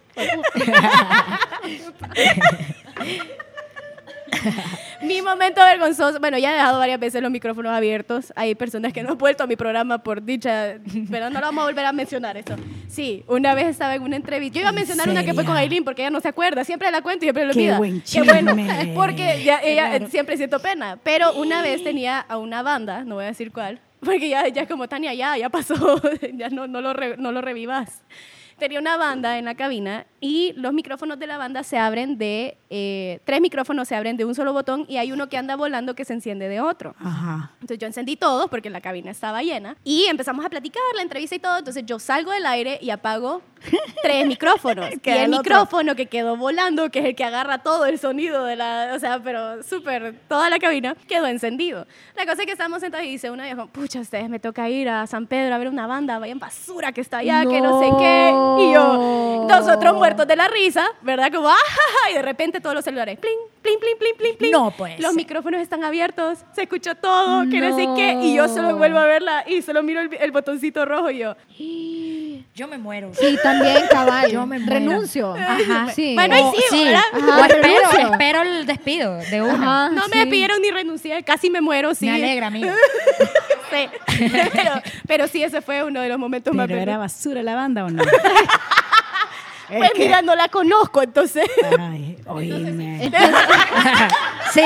[SPEAKER 2] mi momento vergonzoso. Bueno, ya he dejado varias veces los micrófonos abiertos. Hay personas que no han vuelto a mi programa por dicha. Pero no lo vamos a volver a mencionar esto. Sí, una vez estaba en una entrevista. Yo iba a mencionar una que fue con
[SPEAKER 4] serio?
[SPEAKER 2] Aileen porque ella no se acuerda. Siempre la cuento y siempre lo
[SPEAKER 5] Qué
[SPEAKER 2] olvida.
[SPEAKER 5] buen
[SPEAKER 2] Qué bueno.
[SPEAKER 5] chisme.
[SPEAKER 2] Porque ya- ella eh, siempre siento pena. Pero una vez tenía a una banda, no voy a decir cuál, porque ya, ya como Tania, ya, ya pasó, ya no, no, lo re- no lo revivas. Tenía una banda en la cabina y los micrófonos de la banda se abren de, eh, tres micrófonos se abren de un solo botón y hay uno que anda volando que se enciende de otro.
[SPEAKER 5] Ajá.
[SPEAKER 2] Entonces yo encendí todos porque la cabina estaba llena y empezamos a platicar la entrevista y todo. Entonces yo salgo del aire y apago tres micrófonos. y
[SPEAKER 5] Queda
[SPEAKER 2] el
[SPEAKER 5] el otro.
[SPEAKER 2] micrófono que quedó volando, que es el que agarra todo el sonido de la, o sea, pero súper, toda la cabina quedó encendido. La cosa es que estamos sentados y dice una vieja, pucha, ustedes me toca ir a San Pedro a ver una banda, vayan basura que está allá, que no sé qué. Y yo, nosotros muertos de la risa, ¿verdad? Como, ah, ja, ja", y de repente todos los celulares, pling, pling, pling, pling, pling, pling.
[SPEAKER 4] No puede
[SPEAKER 2] Los
[SPEAKER 4] ser.
[SPEAKER 2] micrófonos están abiertos, se escuchó todo, que no sé qué, y yo solo vuelvo a verla y solo miro el, el botoncito rojo y yo.
[SPEAKER 4] Yo me muero.
[SPEAKER 7] Sí, también, cabal.
[SPEAKER 4] Yo me muero.
[SPEAKER 7] Renuncio.
[SPEAKER 4] Ajá.
[SPEAKER 7] Sí.
[SPEAKER 2] Bueno, ahí
[SPEAKER 4] O-
[SPEAKER 2] sí, ¿verdad?
[SPEAKER 4] O
[SPEAKER 7] Ajá,
[SPEAKER 4] espero,
[SPEAKER 7] renuncio.
[SPEAKER 4] espero el despido de uno.
[SPEAKER 7] Ajá,
[SPEAKER 2] No me
[SPEAKER 7] Ah, sí.
[SPEAKER 2] despidieron ni renuncié, casi me muero, sí.
[SPEAKER 4] Me alegra, amigo.
[SPEAKER 2] Sí. pero, pero sí, ese fue uno de los momentos más
[SPEAKER 5] ¿Pero
[SPEAKER 2] vergonzosos.
[SPEAKER 5] era basura la banda o no? Es
[SPEAKER 2] Pues
[SPEAKER 5] que-
[SPEAKER 2] mira, no la conozco, entonces.
[SPEAKER 5] Ay, oíme.
[SPEAKER 4] Sí.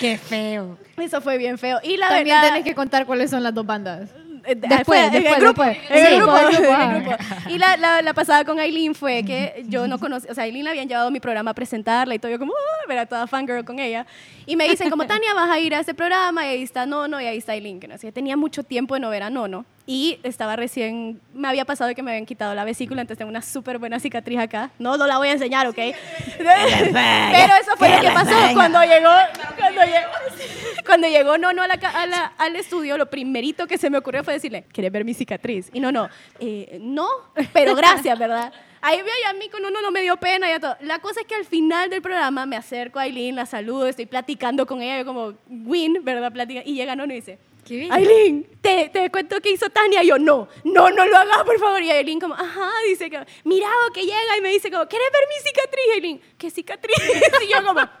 [SPEAKER 4] Qué feo.
[SPEAKER 2] Eso fue bien feo. Y la
[SPEAKER 7] También
[SPEAKER 2] verdad.
[SPEAKER 7] tenés que contar cuáles son las dos bandas.
[SPEAKER 2] Eh,
[SPEAKER 7] Después,
[SPEAKER 2] fue en
[SPEAKER 7] después,
[SPEAKER 2] el grupo,
[SPEAKER 7] después.
[SPEAKER 2] en el
[SPEAKER 7] Sí,
[SPEAKER 2] grupo,
[SPEAKER 7] con el grupo,
[SPEAKER 2] en el
[SPEAKER 7] ajá.
[SPEAKER 2] grupo. Y la, la, la pasada con Aileen fue que yo no conocía, o sea, Aileen la habían llevado a mi programa a presentarla y todo, yo como, ah, era toda fangirl con ella. Y me dicen como, Tania, vas a ir a ese programa, y ahí está Nono, y ahí está Aileen, que no sé, tenía mucho tiempo de no ver a Nono. Y estaba recién, me había pasado que me habían quitado la vesícula, entonces tengo una súper buena cicatriz acá. No, no la voy a enseñar, ¿ok? Pero eso fue lo que pasó cuando llegó, cuando llegó, cuando llegó Nono a la ca- a la- al estudio, lo primerito que se me ocurrió fue decirle, ¿quieres ver mi cicatriz? Y no, no, eh, no, pero gracias, ¿verdad? Ahí veo ya a mí con Nono no me dio pena y a todo. La cosa es que al final del programa me acerco a Aileen, la saludo, estoy platicando con ella, yo como, win, ¿verdad? Platica, y llega Nono y dice,
[SPEAKER 4] Qué bien.
[SPEAKER 2] Aileen, te, te cuento que hizo Tania. Y yo, no, no, no lo hagas, por favor. Y Aileen como, ajá, dice que, mira, o que llega y me dice como, ¿quieres ver mi cicatriz, Aileen? ¿Qué cicatriz? Y yo como, "Ya, mamá,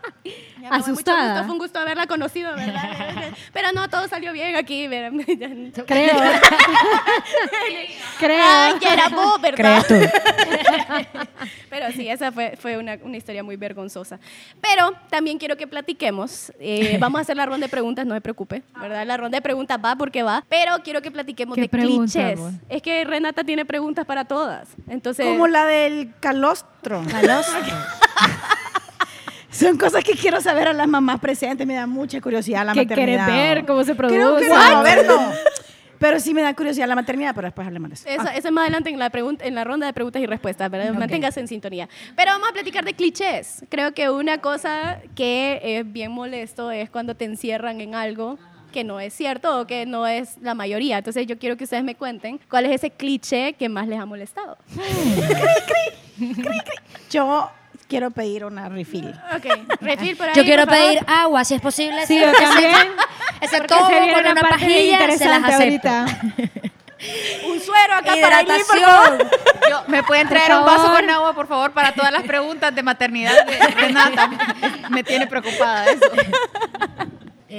[SPEAKER 2] mucho
[SPEAKER 7] Asustada.
[SPEAKER 2] gusto, fue un gusto haberla conocido, ¿verdad? Pero no, todo salió bien aquí. ¿verdad? Ya-
[SPEAKER 7] Creo.
[SPEAKER 2] Ay,
[SPEAKER 7] Creo.
[SPEAKER 2] ya era vos,
[SPEAKER 4] ¿Crees
[SPEAKER 2] ¿verdad?
[SPEAKER 4] tú?
[SPEAKER 2] Pero sí, esa fue, fue una, una historia muy vergonzosa. Pero también quiero que platiquemos. eh, vamos a hacer la ronda de preguntas, no se preocupe, ¿verdad? La ronda de preguntas va porque va. Pero quiero que platiquemos
[SPEAKER 7] ¿Qué
[SPEAKER 2] de
[SPEAKER 7] pregunta,
[SPEAKER 2] clichés.
[SPEAKER 7] amor?
[SPEAKER 2] Es que Renata tiene preguntas para todas. Entonces,
[SPEAKER 5] Como la del calostro. Son cosas que quiero saber a las mamás presentes. Me da mucha curiosidad la
[SPEAKER 7] Que
[SPEAKER 5] maternidad.
[SPEAKER 7] querés ver cómo se produce.
[SPEAKER 5] Creo que no, a ver, no. Pero sí me da curiosidad la maternidad, pero después hablemos de eso.
[SPEAKER 2] eso,
[SPEAKER 4] Ah.
[SPEAKER 2] eso es más adelante en la, pregun- en la ronda de preguntas y respuestas, ¿verdad? Manténgase en sintonía. Pero vamos a platicar de clichés. Creo que una cosa que es bien molesto es cuando te encierran en algo que no es cierto o que no es la mayoría. Entonces yo quiero que ustedes me cuenten cuál es ese cliché que más les ha molestado.
[SPEAKER 5] Ah, Yo quiero pedir una refill.
[SPEAKER 2] Ok, refil por ahí,
[SPEAKER 4] Yo quiero
[SPEAKER 2] por favor.
[SPEAKER 4] pedir agua, si es posible.
[SPEAKER 7] Sí,
[SPEAKER 4] si
[SPEAKER 7] yo
[SPEAKER 4] no,
[SPEAKER 7] también.
[SPEAKER 4] Excepto
[SPEAKER 7] Porque se
[SPEAKER 4] con
[SPEAKER 7] viene
[SPEAKER 4] una,
[SPEAKER 7] una parte bien
[SPEAKER 4] pajilla, se las
[SPEAKER 7] interesante
[SPEAKER 4] acepto.
[SPEAKER 7] ahorita.
[SPEAKER 2] un suero acá para Aileen, por favor.
[SPEAKER 4] Hidratación.
[SPEAKER 6] Yo- ¿Me pueden
[SPEAKER 7] Por
[SPEAKER 6] traer un vaso
[SPEAKER 7] favor.
[SPEAKER 6] con agua, por favor, para todas las preguntas de maternidad de Renata? Me tiene preocupada eso.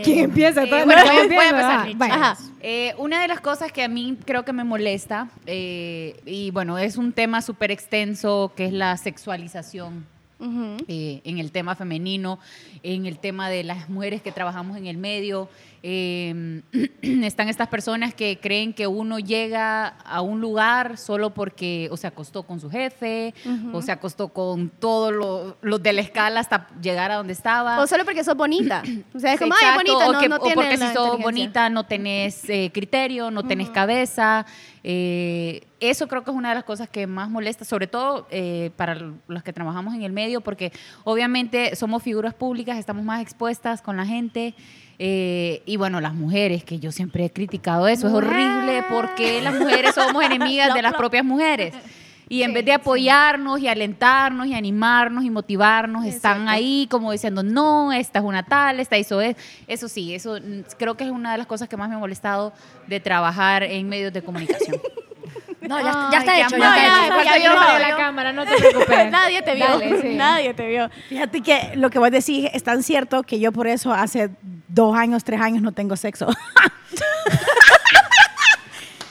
[SPEAKER 7] ¿Quién empieza?
[SPEAKER 6] Eh,
[SPEAKER 7] Todo-
[SPEAKER 6] bueno,
[SPEAKER 7] no,
[SPEAKER 6] voy a-
[SPEAKER 7] empieza,
[SPEAKER 6] voy a empezar,
[SPEAKER 7] va,
[SPEAKER 6] Rich.
[SPEAKER 7] vaya.
[SPEAKER 2] Ajá.
[SPEAKER 6] Eh, una de las cosas que a mí creo que me molesta, eh, y bueno, es un tema súper extenso, que es la sexualización
[SPEAKER 2] Ujú.
[SPEAKER 6] eh, en el tema femenino, en el tema de las mujeres que trabajamos en el medio. eh, están estas personas que creen que uno llega a un lugar solo porque o se acostó con su jefe, o se acostó con todos los de la escala hasta llegar a donde estaba.
[SPEAKER 2] O solo porque sos bonita. O sea, es
[SPEAKER 6] Sí,
[SPEAKER 2] como, ay,
[SPEAKER 6] Ah. exacto,
[SPEAKER 2] bonita,
[SPEAKER 6] o,
[SPEAKER 2] no,
[SPEAKER 6] que-
[SPEAKER 2] no
[SPEAKER 6] o
[SPEAKER 2] tiene
[SPEAKER 6] porque
[SPEAKER 2] la
[SPEAKER 6] si sos
[SPEAKER 2] inteligencia.
[SPEAKER 6] bonita no tenés eh, criterio, no tenés cabeza, Eh, eso creo que es una de las cosas que más molesta, sobre todo eh, para l- los que trabajamos en el medio, porque obviamente somos figuras públicas, estamos más expuestas con la gente. eh, y bueno, las mujeres, que yo siempre he criticado eso, es horrible porque las mujeres somos enemigas de las propias mujeres. Y en vez de apoyarnos y alentarnos y animarnos y motivarnos, están ahí como diciendo, no, esta es una tal, esta hizo eso. Eso sí, eso mm, creo que es una de las cosas que más me ha molestado de trabajar en medios de comunicación.
[SPEAKER 4] No, ya, está- ya está
[SPEAKER 6] Ay, qué
[SPEAKER 4] hecho, ya
[SPEAKER 2] No,
[SPEAKER 6] amable.
[SPEAKER 2] ya,
[SPEAKER 4] está hecho.
[SPEAKER 2] ya,
[SPEAKER 7] Falta
[SPEAKER 2] ya,
[SPEAKER 7] yo
[SPEAKER 2] no,
[SPEAKER 7] para la
[SPEAKER 2] yo-
[SPEAKER 7] cámara, no te preocupes.
[SPEAKER 2] Nadie te vio.
[SPEAKER 7] Dale, sí.
[SPEAKER 2] Nadie te vio.
[SPEAKER 5] Fíjate que lo que vos decís es tan cierto que yo por eso hace dos años, tres años no tengo sexo.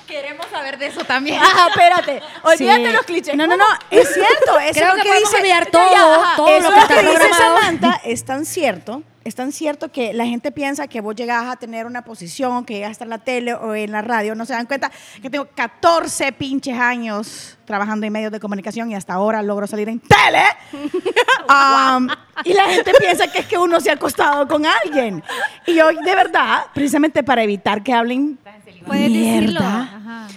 [SPEAKER 6] Queremos saber de eso también.
[SPEAKER 4] Ah,
[SPEAKER 2] Ajá, espérate. Olvídate
[SPEAKER 5] Sí.
[SPEAKER 2] los clichés.
[SPEAKER 5] No, no, no, es cierto. Eso
[SPEAKER 4] Creo
[SPEAKER 5] es
[SPEAKER 4] que
[SPEAKER 5] lo que,
[SPEAKER 4] podemos
[SPEAKER 5] dice.
[SPEAKER 4] olvidar todo,
[SPEAKER 5] ajá,
[SPEAKER 4] todo lo
[SPEAKER 5] eso
[SPEAKER 4] que
[SPEAKER 5] es
[SPEAKER 4] está
[SPEAKER 5] dice
[SPEAKER 4] programado.
[SPEAKER 5] Samantha es tan cierto. Es tan cierto que la gente piensa que vos llegas a tener una posición, que llegas a estar en la tele o en la radio. No se dan cuenta que tengo 14 pinches años trabajando en medios de comunicación y hasta ahora logro salir en tele. Um, y la gente piensa que es que uno se ha acostado con alguien. Y yo, de verdad, precisamente para evitar que hablen
[SPEAKER 7] Puedes decirlo.
[SPEAKER 5] mierda,
[SPEAKER 7] Ajá.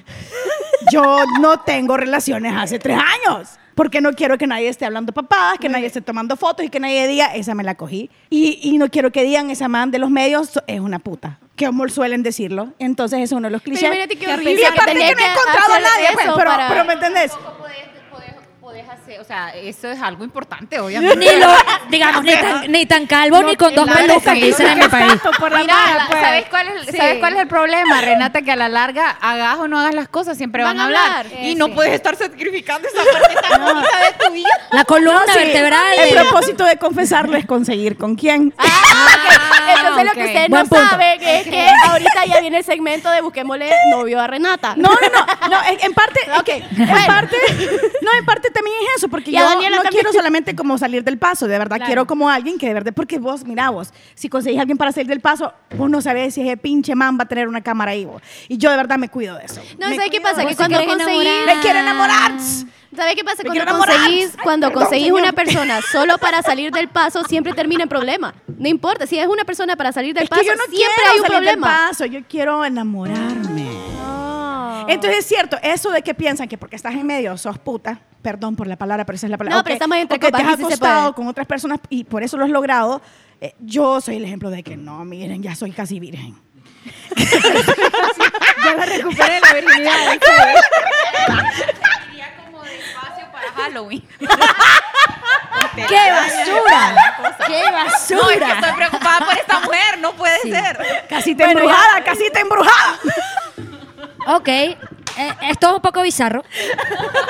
[SPEAKER 5] yo no tengo relaciones hace tres años. Porque no quiero que nadie esté hablando papadas, que nadie esté tomando fotos y que nadie diga, esa me la cogí. Y, y no quiero que digan, esa man de los medios so- es una puta. Que amor suelen decirlo. Entonces es uno de los clichés.
[SPEAKER 2] imagínate qué
[SPEAKER 5] Y
[SPEAKER 2] horrible
[SPEAKER 5] aparte
[SPEAKER 2] que
[SPEAKER 5] que,
[SPEAKER 2] tenía
[SPEAKER 5] no he
[SPEAKER 2] que
[SPEAKER 5] encontrado a
[SPEAKER 2] hacer
[SPEAKER 5] nadie, pues,
[SPEAKER 2] eso
[SPEAKER 5] pero,
[SPEAKER 2] para-
[SPEAKER 5] pero ¿me entendés?
[SPEAKER 6] Tampoco podés- podés- podés hacer- o sea, eso es algo importante, obviamente.
[SPEAKER 4] Ni lo, digamos, ni tan, ni tan calvo, ni con dos
[SPEAKER 6] claro,
[SPEAKER 4] pelucas,
[SPEAKER 6] sí,
[SPEAKER 4] dicen en mi país.
[SPEAKER 6] Mira, la-
[SPEAKER 5] pues.
[SPEAKER 6] ¿sabes, cuál es, ¿sabes cuál es el problema, Renata? Que a la larga, hagas o no hagas las cosas, siempre van,
[SPEAKER 2] Van
[SPEAKER 6] a
[SPEAKER 2] a
[SPEAKER 6] hablar.
[SPEAKER 2] hablar.
[SPEAKER 6] Y
[SPEAKER 7] Eh,
[SPEAKER 6] no
[SPEAKER 7] sí.
[SPEAKER 6] puedes estar sacrificando esa parte tan bonita de tu vida.
[SPEAKER 4] La columna
[SPEAKER 5] Sí,
[SPEAKER 4] vertebral.
[SPEAKER 5] El
[SPEAKER 4] del-
[SPEAKER 5] propósito de confesarlo es conseguir con quién. Ah,
[SPEAKER 2] Entonces lo
[SPEAKER 6] ok.
[SPEAKER 2] que ustedes
[SPEAKER 4] Buen
[SPEAKER 2] no
[SPEAKER 4] punto.
[SPEAKER 2] saben es que ahorita ya viene el segmento de busquémosle novio a Renata.
[SPEAKER 5] No, no, no, no, en, en parte, ok, en parte, no, en parte también es eso, porque
[SPEAKER 2] Y a
[SPEAKER 5] yo
[SPEAKER 2] Daniela
[SPEAKER 5] no
[SPEAKER 2] también.
[SPEAKER 5] quiero solamente como salir del paso, de verdad,
[SPEAKER 7] Claro.
[SPEAKER 5] quiero como alguien que de verdad, porque vos, mira vos, si conseguís a alguien para salir del paso, vos no sabés si ese pinche man va a tener una cámara ahí vos, y yo de verdad me cuido de eso.
[SPEAKER 2] No,
[SPEAKER 5] Me
[SPEAKER 2] ¿sabes qué
[SPEAKER 5] cuido.
[SPEAKER 2] pasa?
[SPEAKER 7] Vos
[SPEAKER 2] Que
[SPEAKER 7] te
[SPEAKER 2] cuando
[SPEAKER 7] querés
[SPEAKER 2] conseguís...
[SPEAKER 7] enamorar.
[SPEAKER 5] ¡Me quiero enamorar!
[SPEAKER 2] ¿Sabes qué pasa?
[SPEAKER 5] Me
[SPEAKER 2] Cuando
[SPEAKER 5] quiero enamorar.
[SPEAKER 2] conseguís,
[SPEAKER 5] Ay,
[SPEAKER 2] cuando
[SPEAKER 5] perdón,
[SPEAKER 2] conseguís
[SPEAKER 5] señor.
[SPEAKER 2] una persona solo para salir del paso, siempre termina en problema. No importa, si es una persona para salir del
[SPEAKER 5] Es
[SPEAKER 2] paso,
[SPEAKER 5] que yo no
[SPEAKER 2] siempre
[SPEAKER 5] quiero
[SPEAKER 2] hay un
[SPEAKER 5] salir del
[SPEAKER 2] problema. Ah.
[SPEAKER 5] paso, yo quiero enamorarme.
[SPEAKER 2] No.
[SPEAKER 5] Entonces es cierto, eso de que piensan que porque estás en medio sos puta, perdón por la palabra, pero esa es la palabra.
[SPEAKER 2] No,
[SPEAKER 5] o
[SPEAKER 2] pero
[SPEAKER 5] que-
[SPEAKER 2] estamos entre
[SPEAKER 5] o que
[SPEAKER 2] copas,
[SPEAKER 5] te has
[SPEAKER 2] aquí sí se
[SPEAKER 5] acostado
[SPEAKER 2] puede.
[SPEAKER 5] con otras personas y por eso lo has logrado. eh, yo soy el ejemplo de que no, miren, ya soy casi virgen.
[SPEAKER 7] Ya la recuperé la virginidad.
[SPEAKER 6] Sería como de espacio para Halloween.
[SPEAKER 5] ¡Qué basura! ¡Qué basura!
[SPEAKER 6] No, es que estoy preocupada por esta mujer, no puede ser.
[SPEAKER 5] Casita embrujada, casita embrujada.
[SPEAKER 4] Ok, eh, esto es un poco bizarro.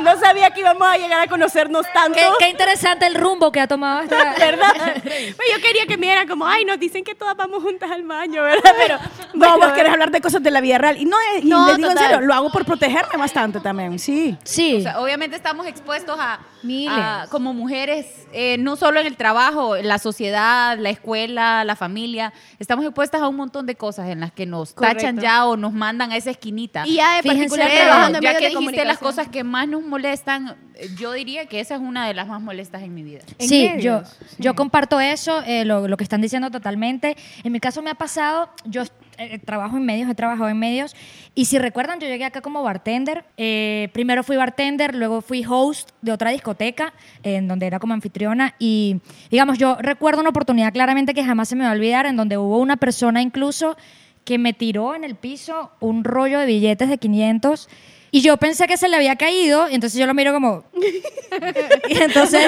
[SPEAKER 2] No sabía que íbamos a llegar a conocernos tanto.
[SPEAKER 4] Qué, qué interesante el rumbo que ha tomado esta...
[SPEAKER 2] ¿Verdad? Pues yo quería que me dieran como, ay, nos dicen que todas vamos juntas al baño, ¿verdad? Pero
[SPEAKER 5] No, vos
[SPEAKER 2] bueno,
[SPEAKER 5] querés hablar de cosas de la vida real. Y no, eh, y
[SPEAKER 2] No,
[SPEAKER 5] les digo en
[SPEAKER 2] total.
[SPEAKER 5] serio, lo hago por protegerme bastante también, sí.
[SPEAKER 4] Sí.
[SPEAKER 6] O sea, obviamente estamos expuestos a,
[SPEAKER 7] Miles.
[SPEAKER 6] a- como mujeres, eh, no solo en el trabajo, en la sociedad, la escuela, la familia, estamos expuestas a un montón de cosas en las que nos tachan
[SPEAKER 2] Correcto.
[SPEAKER 6] ya o nos mandan a esa esquinita.
[SPEAKER 2] Y ya de
[SPEAKER 4] Fíjense,
[SPEAKER 2] particular
[SPEAKER 4] pero
[SPEAKER 2] trabajando en
[SPEAKER 6] ya
[SPEAKER 2] medios
[SPEAKER 6] que
[SPEAKER 2] de
[SPEAKER 6] dijiste las
[SPEAKER 2] comunicación.
[SPEAKER 6] cosas que más nos molestan, eh, yo diría que esa es una de las más molestas en mi vida.
[SPEAKER 7] ¿En
[SPEAKER 4] Sí,
[SPEAKER 7] medios?
[SPEAKER 4] yo,
[SPEAKER 7] Sí.
[SPEAKER 4] yo comparto eso, eh, lo, lo que están diciendo totalmente. En mi caso me ha pasado, yo eh, trabajo en medios, he trabajado en medios, y si recuerdan, yo llegué acá como bartender. Eh, primero fui bartender, luego fui host de otra discoteca, en donde era como anfitriona, y digamos, yo recuerdo una oportunidad claramente que jamás se me va a olvidar, en donde hubo una persona incluso que me tiró en el piso un rollo de billetes de 500. Y yo pensé que se le había caído, y entonces yo lo miro como, y entonces,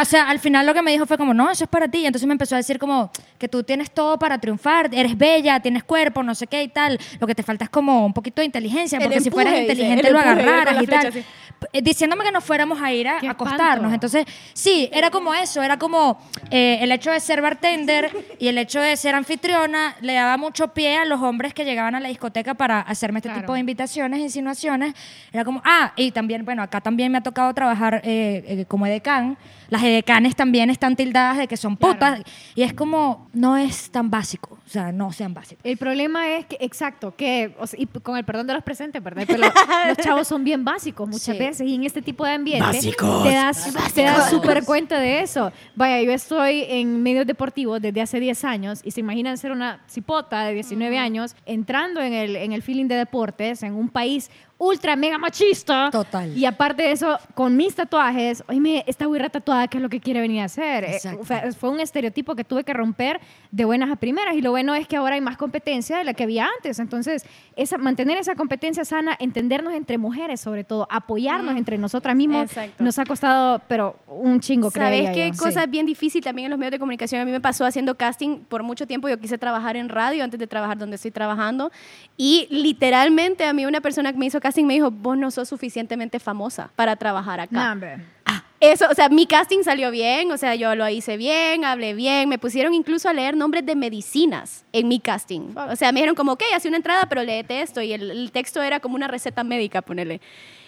[SPEAKER 4] o sea, al final lo que me dijo fue como, no, eso es para ti. Y entonces me empezó a decir como que tú tienes todo para triunfar, eres bella, tienes cuerpo, no sé qué y tal. Lo que te falta es como un poquito de inteligencia,
[SPEAKER 2] El
[SPEAKER 4] porque si fueras
[SPEAKER 2] empuje, dice,
[SPEAKER 4] inteligente
[SPEAKER 2] el
[SPEAKER 4] lo
[SPEAKER 2] empuje,
[SPEAKER 4] agarraras
[SPEAKER 2] con
[SPEAKER 4] y
[SPEAKER 2] la
[SPEAKER 4] tal.
[SPEAKER 2] flecha así.
[SPEAKER 4] Eh, Diciéndome que nos fuéramos a ir a
[SPEAKER 7] Qué
[SPEAKER 4] acostarnos.
[SPEAKER 7] espanto.
[SPEAKER 4] Entonces, sí, era como eso, era como eh, el hecho de ser bartender y el hecho de ser anfitriona le daba mucho pie a los hombres que llegaban a la discoteca para hacerme este
[SPEAKER 7] Claro.
[SPEAKER 4] tipo de invitaciones, insinuaciones, era como, ah, y también, bueno, acá también me ha tocado trabajar eh, eh, como edecán. Las edecanes también están tildadas de que son putas. Y es como, no es tan básico. O sea, no sean básicos.
[SPEAKER 7] El problema es que, exacto, que, o sea, y p- con el perdón de los presentes, ¿verdad? Pero los chavos son bien básicos muchas
[SPEAKER 4] Sí.
[SPEAKER 7] veces veces y en este tipo de ambiente te das te das súper cuenta de eso. Vaya, yo estoy en medios deportivos desde hace 10 años y se imaginan ser una cipota de 19 años entrando en el, en el feeling de deportes en un país ultra mega machista.
[SPEAKER 4] Total.
[SPEAKER 7] Y aparte de eso, con mis tatuajes, oye, esta güira tatuada, ¿qué es lo que quiere venir a hacer? Eh,
[SPEAKER 4] Exacto.
[SPEAKER 7] fue- fue un estereotipo que tuve que romper de buenas a primeras. Y lo bueno es que ahora hay más competencia de la que había antes. Entonces, esa, mantener esa competencia sana, entendernos entre mujeres, sobre todo, apoyarnos entre nosotras mismas,
[SPEAKER 2] Mm. Exacto.
[SPEAKER 7] nos ha costado, pero un chingo,
[SPEAKER 2] ¿Sabes
[SPEAKER 7] creería
[SPEAKER 2] qué
[SPEAKER 7] yo.
[SPEAKER 2] cosa es bien difícil también en los medios de comunicación? A mí me pasó haciendo casting por mucho tiempo. Yo quise trabajar en radio antes de trabajar donde estoy trabajando. Y literalmente a mí una persona que me hizo casting me dijo, vos no sos suficientemente famosa para trabajar acá.
[SPEAKER 7] No, hombre.
[SPEAKER 2] Eso, o sea, mi casting salió bien, o sea, yo lo hice bien, hablé bien, me pusieron incluso a leer nombres de medicinas en mi casting. O sea, me dijeron como, ok, hace una entrada, pero léete esto. Y el, el texto era como una receta médica, ponele.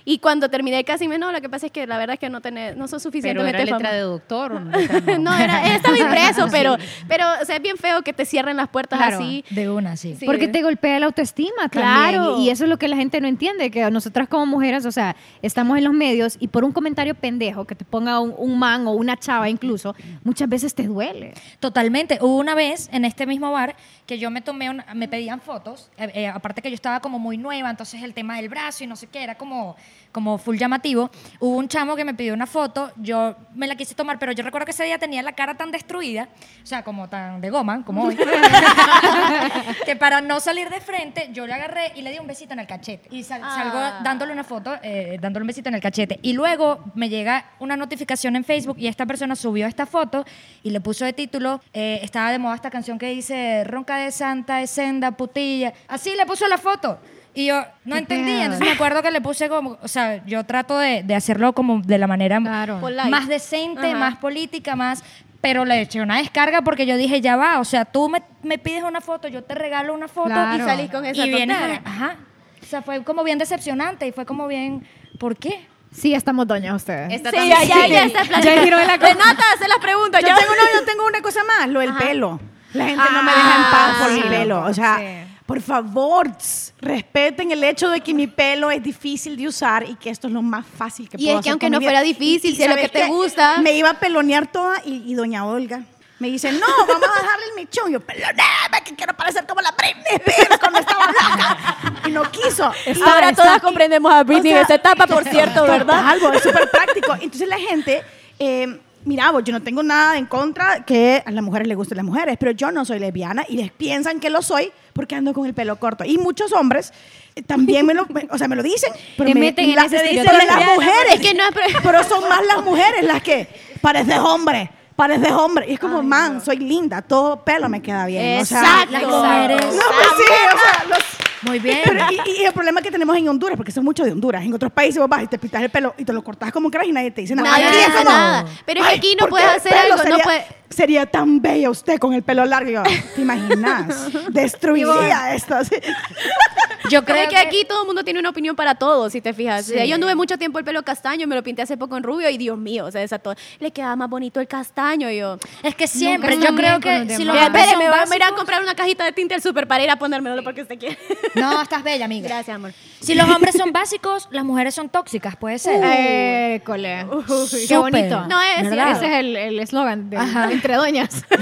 [SPEAKER 2] Y cuando terminé el casting, me no, lo que pasa es que la verdad es que no, tenés, no sos
[SPEAKER 6] Pero
[SPEAKER 2] suficientemente
[SPEAKER 6] era letra
[SPEAKER 2] famosa".
[SPEAKER 6] de doctor o no. letra no?
[SPEAKER 2] no, era, estaba impreso, pero, pero o sea, es bien feo que te cierren las puertas
[SPEAKER 6] Claro.
[SPEAKER 2] así.
[SPEAKER 4] De una, sí.
[SPEAKER 2] Sí.
[SPEAKER 7] Porque te golpea la autoestima
[SPEAKER 2] Claro.
[SPEAKER 7] también. Y, y eso es lo que la gente no entiende, que nosotras como mujeres, o sea, estamos en los medios y por un comentario pendejo que te ponga un, un man o una chava incluso, muchas veces te duele.
[SPEAKER 4] Totalmente. Hubo una vez en este mismo bar que yo me tomé, una- me pedían fotos. eh, eh, aparte que yo estaba como muy nueva, entonces el tema del brazo y no sé qué era como, como full llamativo. Hubo un chamo que me pidió una foto, yo me la quise tomar, pero yo recuerdo que ese día tenía la cara tan destruida, o sea, como tan de goma, como hoy, que para no salir de frente, yo le agarré y le di un besito en el cachete. Y sal- salgo
[SPEAKER 7] Ah.
[SPEAKER 4] dándole una foto, eh, dándole un besito en el cachete. Y luego me llega una notificación en Facebook y esta persona subió esta foto y le puso de título, eh, estaba de moda esta canción que dice, ronca de santa, de senda, putilla. Así le puso la foto. Y yo no
[SPEAKER 7] Qué
[SPEAKER 4] entendía,
[SPEAKER 7] pedo.
[SPEAKER 4] entonces me acuerdo que le puse como, o sea, yo trato de, de hacerlo como de la manera
[SPEAKER 7] Claro.
[SPEAKER 2] Polite.
[SPEAKER 4] más decente,
[SPEAKER 2] Ajá.
[SPEAKER 4] más política, más... Pero le eché una descarga porque yo dije, ya va, o sea, tú me, me pides una foto, yo te regalo una foto
[SPEAKER 7] Claro.
[SPEAKER 2] Y salís con esa
[SPEAKER 4] y vienes
[SPEAKER 2] tontería.
[SPEAKER 4] a- ajá. O sea, fue como bien decepcionante y fue como bien, ¿por qué?
[SPEAKER 7] Sí, estamos doñas ustedes.
[SPEAKER 6] Esta
[SPEAKER 2] Sí,
[SPEAKER 6] también-
[SPEAKER 2] ya, ya, ya está
[SPEAKER 7] Ya giró la cosa.
[SPEAKER 2] Renata, hace las preguntas.
[SPEAKER 5] Yo
[SPEAKER 2] ya.
[SPEAKER 5] tengo, no, yo tengo una cosa más, lo del pelo. La gente no me deja en
[SPEAKER 2] Ah,
[SPEAKER 5] paz por el pelo. O sea, por favor, tss, respeten el hecho de que mi pelo es difícil de usar y que esto es lo más fácil que
[SPEAKER 2] Y
[SPEAKER 5] puedo
[SPEAKER 2] es que
[SPEAKER 5] hacer
[SPEAKER 2] aunque
[SPEAKER 5] con mi
[SPEAKER 2] no
[SPEAKER 5] vida.
[SPEAKER 2] fuera difícil, si es lo
[SPEAKER 5] ¿sabes
[SPEAKER 2] que te
[SPEAKER 5] qué?
[SPEAKER 2] gusta.
[SPEAKER 5] Me iba a pelonear toda y, y doña Olga me dice, no, vamos a dejarle el mechón. Yo, peloneame, que quiero parecer como la Britney Spears cuando estaba blanca. Y no quiso. Y
[SPEAKER 2] Ahora todas comprendemos a Britney
[SPEAKER 5] o
[SPEAKER 2] de
[SPEAKER 5] sea,
[SPEAKER 2] esta etapa, por cierto, ¿verdad?
[SPEAKER 5] Algo, es súper práctico. Entonces la gente, eh, mira, vos, yo no tengo nada en contra que a las mujeres les gusten las mujeres, pero yo no soy lesbiana y les piensan que lo soy porque ando con el pelo corto. Y muchos hombres eh, también me lo, me- o sea, me lo dicen, pero
[SPEAKER 7] Te
[SPEAKER 5] me-
[SPEAKER 7] meten en
[SPEAKER 5] la-
[SPEAKER 7] ese
[SPEAKER 5] me dicen,
[SPEAKER 7] estereotipo.
[SPEAKER 5] pero las mujeres,
[SPEAKER 2] Es que no es-
[SPEAKER 5] pero, son más las mujeres las que pareces hombre. Pareces hombre. Y es como, man, soy linda. Todo pelo me queda bien.
[SPEAKER 2] Exacto.
[SPEAKER 5] O sea,
[SPEAKER 4] las mujeres-
[SPEAKER 5] No, pues sí, o sea, los-
[SPEAKER 4] Muy bien.
[SPEAKER 5] pero y, y el problema que tenemos en Honduras, porque eso es mucho de Honduras. En otros países vos vas y te pintas el pelo y te lo cortas como quieras y nadie te dice nada.
[SPEAKER 2] Nadie
[SPEAKER 5] Aquí es
[SPEAKER 2] dice
[SPEAKER 5] como,
[SPEAKER 2] nada. Pero es que
[SPEAKER 5] "Ay,
[SPEAKER 2] aquí no
[SPEAKER 5] ¿por qué
[SPEAKER 2] puedes
[SPEAKER 5] el
[SPEAKER 2] hacer
[SPEAKER 5] pelo
[SPEAKER 2] algo, no
[SPEAKER 5] Sería,
[SPEAKER 2] puede-
[SPEAKER 5] sería tan bella usted con el pelo largo. Y yo, ¿te imaginas? Destruiría esto. así.
[SPEAKER 4] Yo
[SPEAKER 2] Creo
[SPEAKER 4] creo
[SPEAKER 2] que, aquí todo el mundo tiene una opinión para todo, si te fijas. O sea, yo anduve mucho tiempo el pelo castaño, me lo pinté hace poco en rubio y Dios mío, se desató. Le quedaba más bonito el castaño y yo.
[SPEAKER 4] es que siempre,
[SPEAKER 7] están
[SPEAKER 4] yo creo
[SPEAKER 7] bien con
[SPEAKER 4] que
[SPEAKER 7] los
[SPEAKER 4] si
[SPEAKER 7] demás.
[SPEAKER 4] los
[SPEAKER 2] Mira,
[SPEAKER 4] hombres
[SPEAKER 2] espéreme, voy a
[SPEAKER 4] son
[SPEAKER 2] ir a
[SPEAKER 4] básicos-
[SPEAKER 2] comprar una cajita de tinte del super para ir a ponérmelo porque usted quiere.
[SPEAKER 4] No, estás bella, amiga.
[SPEAKER 2] Gracias, amor.
[SPEAKER 4] Si los hombres son básicos, las mujeres son tóxicas, puede ser.
[SPEAKER 7] Eh, cole. Qué
[SPEAKER 4] Súper.
[SPEAKER 7] bonito.
[SPEAKER 2] No, es
[SPEAKER 4] ¿Verdad?
[SPEAKER 2] cierto.
[SPEAKER 7] Ese es el- el eslogan de entre doñas.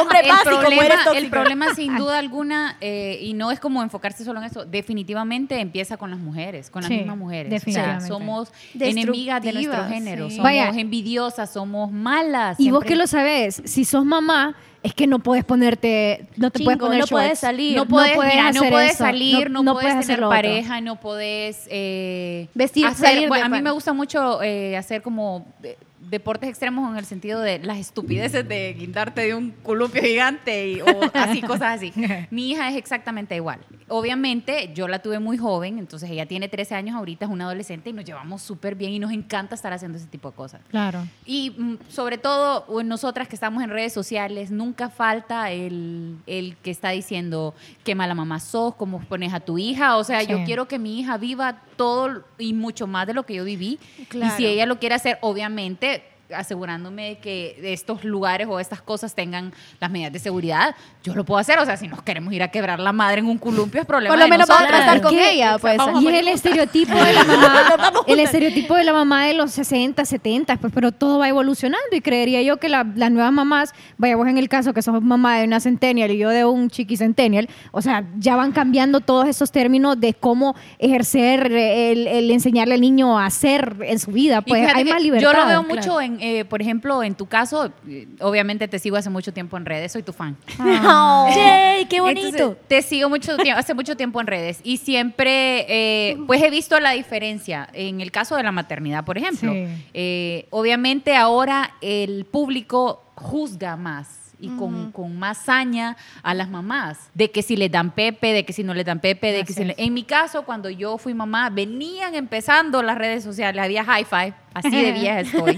[SPEAKER 2] Hombre
[SPEAKER 6] el
[SPEAKER 2] básico, mujeres
[SPEAKER 6] problema,
[SPEAKER 2] tóxicas.
[SPEAKER 6] el problema sin duda alguna, eh, y no es como enfocarse solo en eso, definitivamente empieza con las mujeres, con las
[SPEAKER 7] Sí,
[SPEAKER 6] mismas mujeres.
[SPEAKER 7] definitivamente.
[SPEAKER 6] O sea, somos
[SPEAKER 2] Destructivas,
[SPEAKER 6] enemigas de nuestro género,
[SPEAKER 2] sí.
[SPEAKER 6] somos
[SPEAKER 7] Vaya.
[SPEAKER 6] envidiosas, somos malas.
[SPEAKER 7] Y vos
[SPEAKER 6] siempre-
[SPEAKER 7] que lo sabes, si sos mamá, es que no puedes ponerte, no te puedes
[SPEAKER 2] Chingo,
[SPEAKER 7] poner
[SPEAKER 2] no puedes
[SPEAKER 7] shorts.
[SPEAKER 2] salir,
[SPEAKER 6] no podés, mira, no
[SPEAKER 7] hacer
[SPEAKER 6] podés
[SPEAKER 7] eso,
[SPEAKER 6] salir, no, podés
[SPEAKER 7] hacer
[SPEAKER 6] tener
[SPEAKER 7] lo otro.
[SPEAKER 6] pareja, no podés eh,
[SPEAKER 2] Vestir,
[SPEAKER 6] hacer-
[SPEAKER 2] salir
[SPEAKER 6] bueno,
[SPEAKER 2] de
[SPEAKER 6] a mí
[SPEAKER 2] pan.
[SPEAKER 6] me gusta mucho eh, hacer como eh, deportes extremos en el sentido de las estupideces de guindarte de un columpio gigante y, o así cosas así. Mi hija es exactamente igual. Obviamente yo la tuve muy joven, entonces ella tiene 13 años, ahorita es una adolescente y nos llevamos súper bien y nos encanta estar haciendo ese tipo de cosas.
[SPEAKER 7] Claro.
[SPEAKER 6] Y mm, sobre todo o en nosotras que estamos en redes sociales, nunca falta el, el que está diciendo qué mala mamá sos, cómo pones a tu hija. O sea,
[SPEAKER 7] Sí.
[SPEAKER 6] yo quiero que mi hija viva todo y mucho más de lo que yo viví.
[SPEAKER 2] Claro.
[SPEAKER 6] Y si ella lo quiere hacer, obviamente asegurándome de que estos lugares o estas cosas tengan las medidas de seguridad, yo lo puedo hacer. O sea, si nos queremos ir a quebrar la madre en un columpio, es problema
[SPEAKER 2] Por lo
[SPEAKER 6] de
[SPEAKER 2] menos vamos a
[SPEAKER 6] nosotras.
[SPEAKER 2] tratar
[SPEAKER 7] Es
[SPEAKER 2] con
[SPEAKER 7] que-
[SPEAKER 2] ella, pues.
[SPEAKER 7] Y es el estereotipo de la mamá, el estereotipo de la mamá de los 60, 70, pues, pero todo va evolucionando y creería yo que la- las nuevas mamás, vaya vos en el caso que sos mamá de una centennial y yo de un chiqui centennial, o sea, ya van cambiando todos esos términos de cómo ejercer eh, el, el enseñarle al niño a hacer en su vida,
[SPEAKER 6] Y
[SPEAKER 7] pues
[SPEAKER 6] fíjate
[SPEAKER 7] hay
[SPEAKER 6] que
[SPEAKER 7] más libertad.
[SPEAKER 6] Yo lo veo
[SPEAKER 7] claro.
[SPEAKER 6] mucho, en, eh, por ejemplo, en tu caso, eh, obviamente te sigo hace mucho tiempo en redes, soy tu fan.
[SPEAKER 4] ¡Yay! ¡Qué bonito!
[SPEAKER 6] Entonces, te sigo mucho tiempo, hace mucho tiempo en redes y siempre, eh, pues he visto la diferencia en el caso de la maternidad, por ejemplo.
[SPEAKER 7] Sí.
[SPEAKER 6] Eh, obviamente ahora el público juzga más. Y con, con más saña a las mamás, de que si les dan pepe, de que si no les dan pepe, de que si le- En mi caso, cuando yo fui mamá, venían empezando las redes sociales, había high five, así de vieja estoy.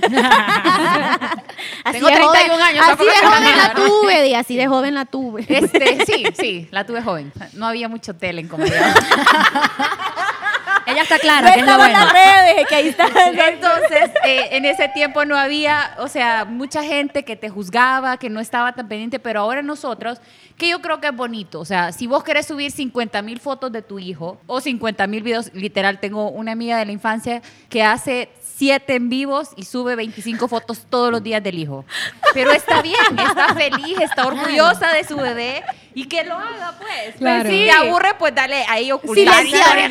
[SPEAKER 2] Así
[SPEAKER 6] Tengo
[SPEAKER 2] de
[SPEAKER 6] 31
[SPEAKER 2] joven-
[SPEAKER 6] años,
[SPEAKER 2] Así
[SPEAKER 6] tampoco es
[SPEAKER 2] de
[SPEAKER 6] que
[SPEAKER 2] joven la
[SPEAKER 6] cambiaron.
[SPEAKER 2] tuve, y así de joven la tuve.
[SPEAKER 6] Este, sí, sí, la tuve joven. No había mucho tele en comedia.
[SPEAKER 4] Ella está clara, que es lo
[SPEAKER 2] Estamos en las
[SPEAKER 4] bueno.
[SPEAKER 2] redes, que ahí está.
[SPEAKER 6] Entonces, eh, en ese tiempo no había, o sea, mucha gente que te juzgaba, que no estaba tan pendiente, pero ahora nosotros, que yo creo que es bonito, o sea, si vos querés subir 50 mil fotos de tu hijo o 50 mil videos, literal, tengo una amiga de la infancia que hace siete en vivos y sube 25 fotos todos los días del hijo. Pero está bien, está feliz, está orgullosa de su bebé y que lo haga, pues.
[SPEAKER 7] Claro.
[SPEAKER 6] Si te aburre, pues dale ahí ocultar.
[SPEAKER 2] Silenciar.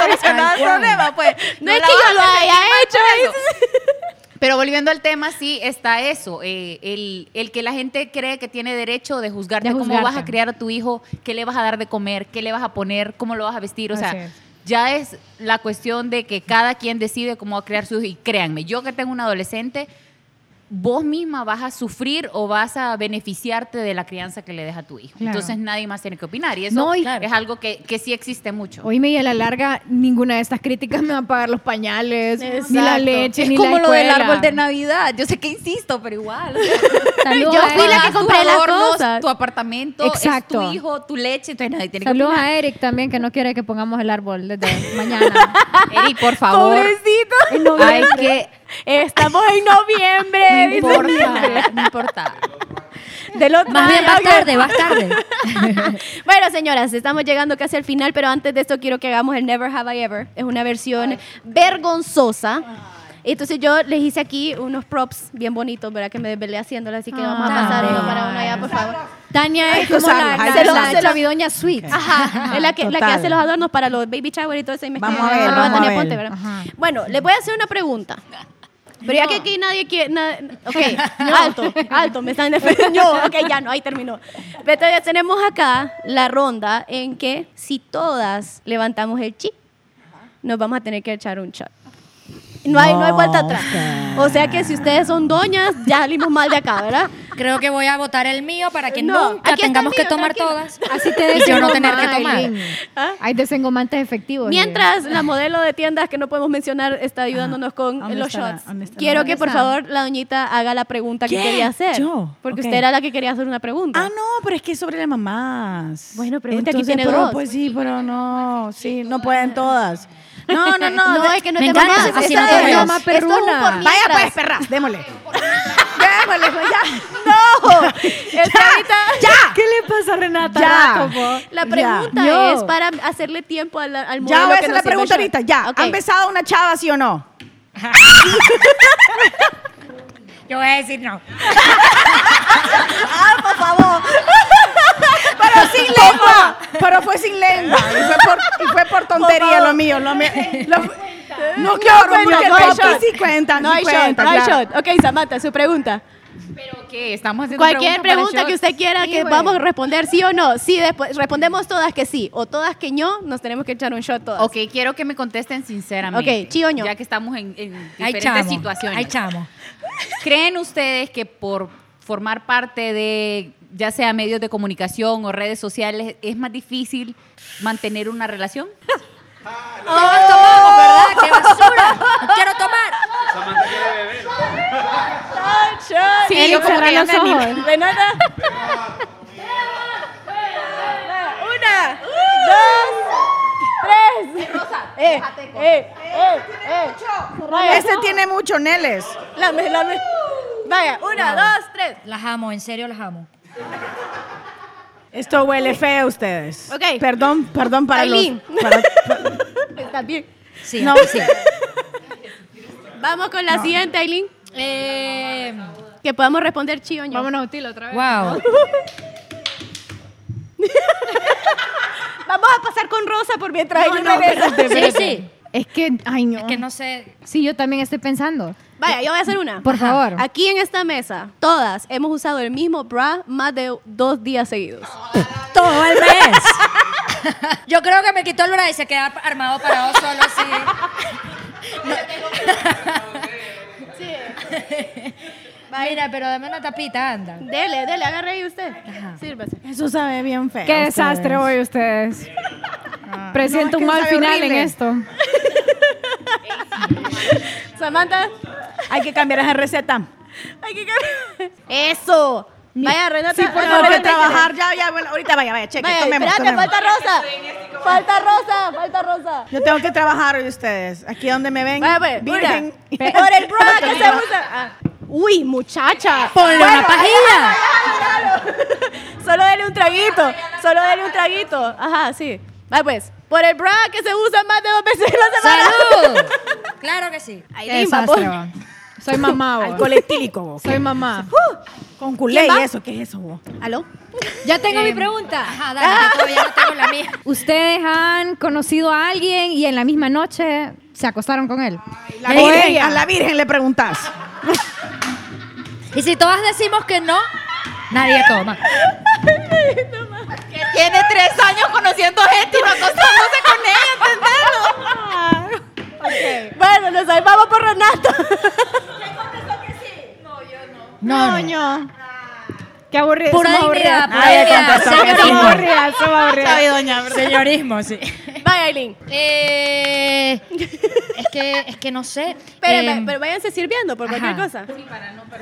[SPEAKER 6] Solucionar el problema, pues.
[SPEAKER 2] No es
[SPEAKER 6] la
[SPEAKER 2] que yo
[SPEAKER 6] vas
[SPEAKER 2] lo
[SPEAKER 6] a hacer
[SPEAKER 2] haya
[SPEAKER 6] feliz
[SPEAKER 2] hecho,
[SPEAKER 6] por eso. Pero volviendo al tema, sí está eso, eh, el, el que la gente cree que tiene derecho de juzgarte,
[SPEAKER 7] De
[SPEAKER 6] cómo vas a
[SPEAKER 7] juzgarte.
[SPEAKER 6] criar a tu hijo, qué le vas a dar de comer, qué le vas a poner, cómo lo vas a vestir, o sea,
[SPEAKER 7] Así es.
[SPEAKER 6] ya es la cuestión de que cada quien decide cómo va a criar su hijo. Y créanme, yo que tengo un adolescente, vos misma vas a sufrir o vas a beneficiarte de la crianza que le des a tu hijo.
[SPEAKER 7] Claro.
[SPEAKER 6] Entonces nadie más tiene que opinar y eso
[SPEAKER 7] No, y-
[SPEAKER 6] es algo que, que sí existe mucho.
[SPEAKER 7] Oíme, y a la larga, ninguna de estas críticas me va a pagar los pañales, ni la
[SPEAKER 6] Exacto.
[SPEAKER 7] leche,
[SPEAKER 6] es
[SPEAKER 7] ni
[SPEAKER 6] como
[SPEAKER 7] la
[SPEAKER 6] lo del
[SPEAKER 7] escuela.
[SPEAKER 6] árbol de Navidad. Yo sé que insisto, pero igual.
[SPEAKER 7] Saludos
[SPEAKER 2] Yo
[SPEAKER 7] a
[SPEAKER 2] fui la
[SPEAKER 7] Eric.
[SPEAKER 2] que compré las cosas.
[SPEAKER 6] tu apartamento,
[SPEAKER 7] Exacto.
[SPEAKER 6] es tu hijo, tu leche, entonces nadie tiene
[SPEAKER 7] Saludos
[SPEAKER 6] que
[SPEAKER 7] a Eric también, que no quiere que pongamos el árbol desde mañana.
[SPEAKER 6] opinar. Eric, por favor.
[SPEAKER 2] Pobrecito.
[SPEAKER 6] Hay que
[SPEAKER 2] Estamos en noviembre.
[SPEAKER 6] no
[SPEAKER 2] dice.
[SPEAKER 6] importa, no importa.
[SPEAKER 2] Del otro
[SPEAKER 4] Más bien,
[SPEAKER 2] año.
[SPEAKER 4] vas tarde, vas tarde.
[SPEAKER 2] Bueno, señoras, estamos llegando casi al final, pero antes de esto quiero que hagamos el Never Have I Ever. Es una versión vergonzosa. Entonces yo les hice aquí unos props bien bonitos, ¿verdad? Que me desvelé haciéndolo, así que vamos a pasar uno para uno allá, por favor.
[SPEAKER 7] Tania es
[SPEAKER 5] que
[SPEAKER 7] como la,
[SPEAKER 5] usarlo, hay
[SPEAKER 7] la-
[SPEAKER 5] que
[SPEAKER 7] la
[SPEAKER 2] usarlo.
[SPEAKER 7] chavidoña sweet.
[SPEAKER 2] Ah. Ajá, es la que, la que
[SPEAKER 5] Total.
[SPEAKER 2] hace los adornos para los baby shower y todo eso. y me
[SPEAKER 5] Vamos
[SPEAKER 2] escribe,
[SPEAKER 5] a ver,
[SPEAKER 2] "Ah,
[SPEAKER 5] vamos a
[SPEAKER 2] Tania
[SPEAKER 5] ver".
[SPEAKER 2] Ponte, ¿verdad? Bueno, les voy a hacer una pregunta. Pero ya que aquí nadie quiere... na- ok, alto, alto, me están defendiendo. ok, ya no, ahí terminó. Pero Entonces tenemos acá la ronda en que si todas levantamos el chi, nos vamos a tener que echar un shot. No hay, no hay vuelta atrás. O sea que si ustedes son doñas, ya salimos mal de acá, ¿verdad?
[SPEAKER 4] Creo que voy a votar el mío para que
[SPEAKER 2] No,
[SPEAKER 4] nunca
[SPEAKER 2] aquí está
[SPEAKER 4] tengamos
[SPEAKER 2] el
[SPEAKER 4] que
[SPEAKER 2] mío,
[SPEAKER 4] tomar
[SPEAKER 2] tranquila.
[SPEAKER 4] todas.
[SPEAKER 7] Así te
[SPEAKER 4] Y yo no
[SPEAKER 7] desengoma,
[SPEAKER 4] tener que tomar.
[SPEAKER 7] Aileen. Hay desengomantes efectivos.
[SPEAKER 2] Mientras la modelo de tiendas que no podemos mencionar está ayudándonos con
[SPEAKER 5] ¿Dónde
[SPEAKER 2] los
[SPEAKER 5] estará?
[SPEAKER 2] shots.
[SPEAKER 5] ¿Dónde estará?
[SPEAKER 2] Quiero
[SPEAKER 5] ¿Dónde
[SPEAKER 2] que por
[SPEAKER 5] estará?
[SPEAKER 2] favor la doñita haga la pregunta que
[SPEAKER 5] ¿Quién?
[SPEAKER 2] quería hacer.
[SPEAKER 5] Yo.
[SPEAKER 2] Porque
[SPEAKER 5] Ok.
[SPEAKER 2] usted era la que quería hacer una pregunta.
[SPEAKER 5] Ah, no, pero es que es sobre las mamás.
[SPEAKER 2] Bueno, pregunta, aquí
[SPEAKER 5] Entonces,
[SPEAKER 2] tiene
[SPEAKER 5] pero,
[SPEAKER 2] dos.
[SPEAKER 5] Pues sí, pero no, sí, no pueden todas. No, no, no.
[SPEAKER 2] No,
[SPEAKER 5] de-
[SPEAKER 2] es que no
[SPEAKER 4] Me
[SPEAKER 2] te
[SPEAKER 4] encanta
[SPEAKER 2] mamás.
[SPEAKER 4] ese fascino
[SPEAKER 2] Esto es-
[SPEAKER 4] por
[SPEAKER 2] no,
[SPEAKER 4] Dios.
[SPEAKER 2] mamá
[SPEAKER 7] Esto es un
[SPEAKER 2] perruna.
[SPEAKER 7] por
[SPEAKER 5] Vaya pues, perras, démosle. démosle, pues ya.
[SPEAKER 2] No. Esta ahorita-
[SPEAKER 5] ¡Ya!
[SPEAKER 7] ¿Qué le pasa a Renata?
[SPEAKER 5] Ya.
[SPEAKER 2] La
[SPEAKER 5] Ya.
[SPEAKER 2] pregunta
[SPEAKER 7] Yo.
[SPEAKER 2] es para hacerle tiempo al, al modelo
[SPEAKER 5] Ya voy a
[SPEAKER 2] que
[SPEAKER 5] hacer
[SPEAKER 2] nos
[SPEAKER 5] la
[SPEAKER 2] sirve
[SPEAKER 5] pregunta
[SPEAKER 2] el shot.
[SPEAKER 5] ahorita. Ya.
[SPEAKER 2] Ok.
[SPEAKER 5] ¿Han besado una chava, sí o no?
[SPEAKER 4] Yo voy a decir no.
[SPEAKER 5] ¡Ah, por favor! pero sin lengua. Pero fue sin lengua. Y fue por, y fue por tontería lo mío. Lo mío lo- no, claro,
[SPEAKER 2] cuenta,
[SPEAKER 5] porque
[SPEAKER 2] no hay
[SPEAKER 5] papi
[SPEAKER 2] shot.
[SPEAKER 5] sí cuenta.
[SPEAKER 2] No
[SPEAKER 5] sí
[SPEAKER 2] hay shot,
[SPEAKER 5] cuenta,
[SPEAKER 2] no hay
[SPEAKER 5] claro.
[SPEAKER 2] shot. Ok, Samantha, su pregunta.
[SPEAKER 6] Pero que estamos haciendo
[SPEAKER 2] Cualquier
[SPEAKER 6] para
[SPEAKER 2] pregunta que
[SPEAKER 6] shots?
[SPEAKER 2] usted quiera
[SPEAKER 6] Sí,
[SPEAKER 2] que
[SPEAKER 6] bueno.
[SPEAKER 2] vamos a responder sí o no. Sí, después respondemos todas que sí o todas que no, nos tenemos que echar un shot todas.
[SPEAKER 6] Ok, quiero que me contesten sinceramente.
[SPEAKER 2] Ok, sí o no.
[SPEAKER 6] Ya que estamos en, en
[SPEAKER 4] Hay
[SPEAKER 6] diferentes
[SPEAKER 4] chamo.
[SPEAKER 6] situaciones.
[SPEAKER 4] Hay chamo.
[SPEAKER 6] ¿Creen ustedes que por formar parte de ya sea medios de comunicación o redes sociales es más difícil mantener una relación?
[SPEAKER 4] ¿Verdad? ¡Qué basura! ¡No quiero tomar!
[SPEAKER 2] Shot.
[SPEAKER 6] Sí, yo creo que ya
[SPEAKER 7] cerrar los
[SPEAKER 6] me
[SPEAKER 7] ojos.
[SPEAKER 2] Renata. Una, dos, tres. Eh, eh, eh,
[SPEAKER 5] Este tiene mucho Neles.
[SPEAKER 2] La, me- la me- Vaya, una, dos, tres.
[SPEAKER 4] Las amo, en serio las amo.
[SPEAKER 5] Esto huele feo a ustedes.
[SPEAKER 2] Ok.
[SPEAKER 5] Perdón, perdón para
[SPEAKER 2] Aileen.
[SPEAKER 5] los... para- para-
[SPEAKER 2] Está bien.
[SPEAKER 4] Sí,
[SPEAKER 5] No.
[SPEAKER 4] sí.
[SPEAKER 2] Vamos con la siguiente, Aileen.
[SPEAKER 4] Eh,
[SPEAKER 2] Que podamos responder chío ño.
[SPEAKER 7] Vámonos, Utila, otra vez.
[SPEAKER 4] wow.
[SPEAKER 2] Vamos a pasar con Rosa por mientras
[SPEAKER 5] No,
[SPEAKER 2] ella
[SPEAKER 5] no,
[SPEAKER 2] regresa.
[SPEAKER 4] Sí, sí.
[SPEAKER 7] Es que, ay, no.
[SPEAKER 4] Es que no sé.
[SPEAKER 7] Sí, yo también estoy pensando.
[SPEAKER 2] Vaya, yo voy a hacer una.
[SPEAKER 7] Por favor.
[SPEAKER 2] Aquí en esta mesa, todas hemos usado el mismo bra más de dos días seguidos.
[SPEAKER 4] Todo el mes. Yo creo que me quitó el bra y se queda armado parado solo así. Mira, pero dame una tapita, anda.
[SPEAKER 2] Dele, dele, agarre ahí usted. Sírvase.
[SPEAKER 5] Eso sabe bien feo.
[SPEAKER 7] Qué desastre hoy ustedes. Ah. Presiento
[SPEAKER 5] No, es que
[SPEAKER 7] un mal
[SPEAKER 5] sabe
[SPEAKER 7] final
[SPEAKER 5] horrible.
[SPEAKER 7] en esto.
[SPEAKER 2] Samantha,
[SPEAKER 5] Hay que cambiar esa receta.
[SPEAKER 2] hay que cambiar. Eso. Vaya, Renata.
[SPEAKER 5] Sí, por
[SPEAKER 2] ay,
[SPEAKER 5] favor, que
[SPEAKER 2] Renata,
[SPEAKER 5] trabajar. Ya, ya, bueno, ahorita vaya, vaya, cheque,
[SPEAKER 2] Vaya,
[SPEAKER 5] tomemos,
[SPEAKER 2] espérate,
[SPEAKER 5] tomemos.
[SPEAKER 2] falta Rosa. Falta Rosa, falta Rosa.
[SPEAKER 5] Yo tengo que trabajar hoy ustedes. Aquí donde me ven,
[SPEAKER 2] Vaya, pues,
[SPEAKER 5] virgen.
[SPEAKER 2] mira, por el bra que se usa. Ah. Uy, muchacha.
[SPEAKER 4] Ponle una pajilla.
[SPEAKER 2] Solo dele un traguito. Solo dele un traguito. Ajá, sí. Vaya pues, por el bra que se usa más de dos veces en la semana.
[SPEAKER 4] ¡Salud! Claro que sí.
[SPEAKER 2] Ay,
[SPEAKER 7] Qué
[SPEAKER 2] limpa,
[SPEAKER 7] desastre,
[SPEAKER 2] por-
[SPEAKER 7] va. Soy mamá, va.
[SPEAKER 5] eh, Alcohol etílico, vos.
[SPEAKER 7] Soy mamá.
[SPEAKER 5] Con culé
[SPEAKER 2] ¿Quién
[SPEAKER 5] y
[SPEAKER 2] va?
[SPEAKER 5] eso, ¿qué es eso, vos?
[SPEAKER 2] ¿Aló?
[SPEAKER 7] Ya tengo mi
[SPEAKER 4] Em,
[SPEAKER 7] pregunta.
[SPEAKER 4] Ajá, dale, que todavía no tengo la mía.
[SPEAKER 7] ¿Ustedes han conocido a alguien y en la misma noche se acostaron con él? "Ah,
[SPEAKER 5] La virgen, a la virgen le preguntás.
[SPEAKER 4] Y si todas decimos que no, nadie toma.
[SPEAKER 6] Tiene tres años conociendo gente y no acostándose con ella, ¿entendés?
[SPEAKER 2] Bueno, nos salvamos por Renato.
[SPEAKER 4] No, no.
[SPEAKER 7] Qué aburrido.
[SPEAKER 4] Pura
[SPEAKER 7] somos
[SPEAKER 4] dignidad,
[SPEAKER 7] aburridas.
[SPEAKER 4] pura
[SPEAKER 5] Nadie
[SPEAKER 4] dignidad.
[SPEAKER 5] contestó que
[SPEAKER 7] Somos
[SPEAKER 4] Señorismo.
[SPEAKER 7] aburridas, somos aburridas.
[SPEAKER 4] Señorismo, sí.
[SPEAKER 2] Vaya, Aileen.
[SPEAKER 4] Eh, es que, es que no sé.
[SPEAKER 2] Espérenme,
[SPEAKER 4] Em,
[SPEAKER 2] pero váyanse sirviendo por cualquier
[SPEAKER 4] ajá.
[SPEAKER 2] cosa.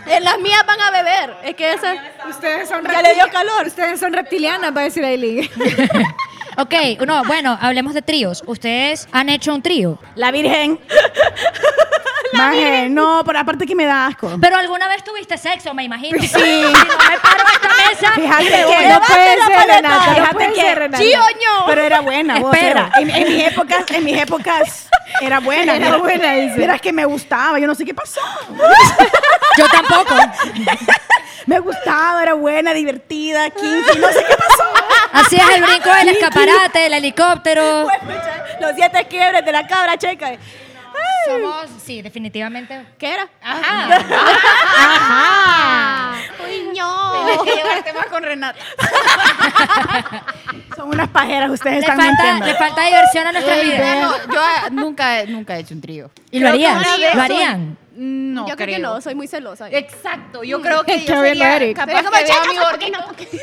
[SPEAKER 2] Eh, Las mías van a beber. Es que esa.
[SPEAKER 7] Ustedes son
[SPEAKER 2] Ya le dio calor.
[SPEAKER 7] Ustedes son reptilianas, va a decir Aileen.
[SPEAKER 4] Ok, no, bueno, hablemos de tríos. Ustedes han hecho un trío.
[SPEAKER 5] La virgen. Maje, no, pero aparte que me da asco.
[SPEAKER 4] Pero alguna vez tuviste sexo, me imagino.
[SPEAKER 5] Sí.
[SPEAKER 4] Si no me paro en esta mesa.
[SPEAKER 5] Fíjate que
[SPEAKER 2] voy.
[SPEAKER 5] no puede
[SPEAKER 2] Levante la
[SPEAKER 5] ser,
[SPEAKER 2] paleta.
[SPEAKER 5] Renata,
[SPEAKER 2] Fíjate
[SPEAKER 5] no puede
[SPEAKER 2] que-
[SPEAKER 5] ser, Renata.
[SPEAKER 2] ¿Sí o no?
[SPEAKER 5] Pero era buena, vos.
[SPEAKER 4] Espera.
[SPEAKER 5] era- En, en mis épocas, en mis épocas era buena. Era buena, dice. Era que me gustaba, yo no sé qué pasó.
[SPEAKER 4] Yo tampoco.
[SPEAKER 5] Me gustaba, era buena, divertida, kinky, no sé qué pasó.
[SPEAKER 4] Hacías el brinco del escaparate, del helicóptero.
[SPEAKER 2] Los siete quiebres de la cabra checa. Ay,
[SPEAKER 4] Somos, sí, definitivamente.
[SPEAKER 2] ¿Qué era?
[SPEAKER 4] Ajá.
[SPEAKER 2] ¡Uy, no!
[SPEAKER 6] que llevarte más con Renata.
[SPEAKER 5] Son unas pajeras, ustedes
[SPEAKER 4] Le
[SPEAKER 5] están
[SPEAKER 4] falta,
[SPEAKER 5] mintiendo.
[SPEAKER 4] le falta diversión a nuestra vida.
[SPEAKER 6] No, yo ah, nunca, he- nunca he hecho un trío.
[SPEAKER 4] Y lo harían,
[SPEAKER 6] Creo que una
[SPEAKER 4] lo
[SPEAKER 6] vez
[SPEAKER 4] harían.
[SPEAKER 6] soy- No,
[SPEAKER 2] Yo creo que no, soy muy celosa.
[SPEAKER 6] Exacto, yo creo que yo
[SPEAKER 7] Está bien,
[SPEAKER 6] sería
[SPEAKER 7] Eric.
[SPEAKER 6] capaz que veo a mi gordito.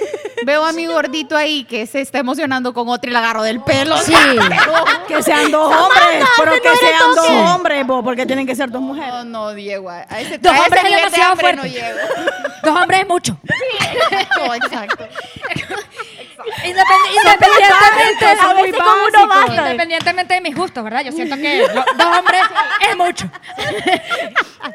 [SPEAKER 6] Veo a mi gordito ahí que se está emocionando con otro y le agarro del pelo.
[SPEAKER 4] Sí.
[SPEAKER 5] Que sean dos hombres, pero
[SPEAKER 2] ese no
[SPEAKER 5] que
[SPEAKER 2] eres
[SPEAKER 5] sean
[SPEAKER 2] tú,
[SPEAKER 5] dos
[SPEAKER 4] sí.
[SPEAKER 5] hombres, vos, porque tienen que ser dos mujeres.
[SPEAKER 6] No, no, Diego. A a ese,
[SPEAKER 4] Dos
[SPEAKER 6] a ese
[SPEAKER 4] hombres es
[SPEAKER 6] nivel de
[SPEAKER 4] demasiado
[SPEAKER 6] hambre
[SPEAKER 4] fuerte.
[SPEAKER 6] No
[SPEAKER 4] Dos hombres es mucho.
[SPEAKER 6] llego. No, exacto.
[SPEAKER 4] Independi- independientemente,
[SPEAKER 2] básicos,
[SPEAKER 4] son
[SPEAKER 2] a
[SPEAKER 4] muy
[SPEAKER 2] veces con uno
[SPEAKER 4] básicos.
[SPEAKER 2] basta.
[SPEAKER 4] Independientemente de mis gustos, ¿verdad? Yo siento que lo- dos hombres es mucho.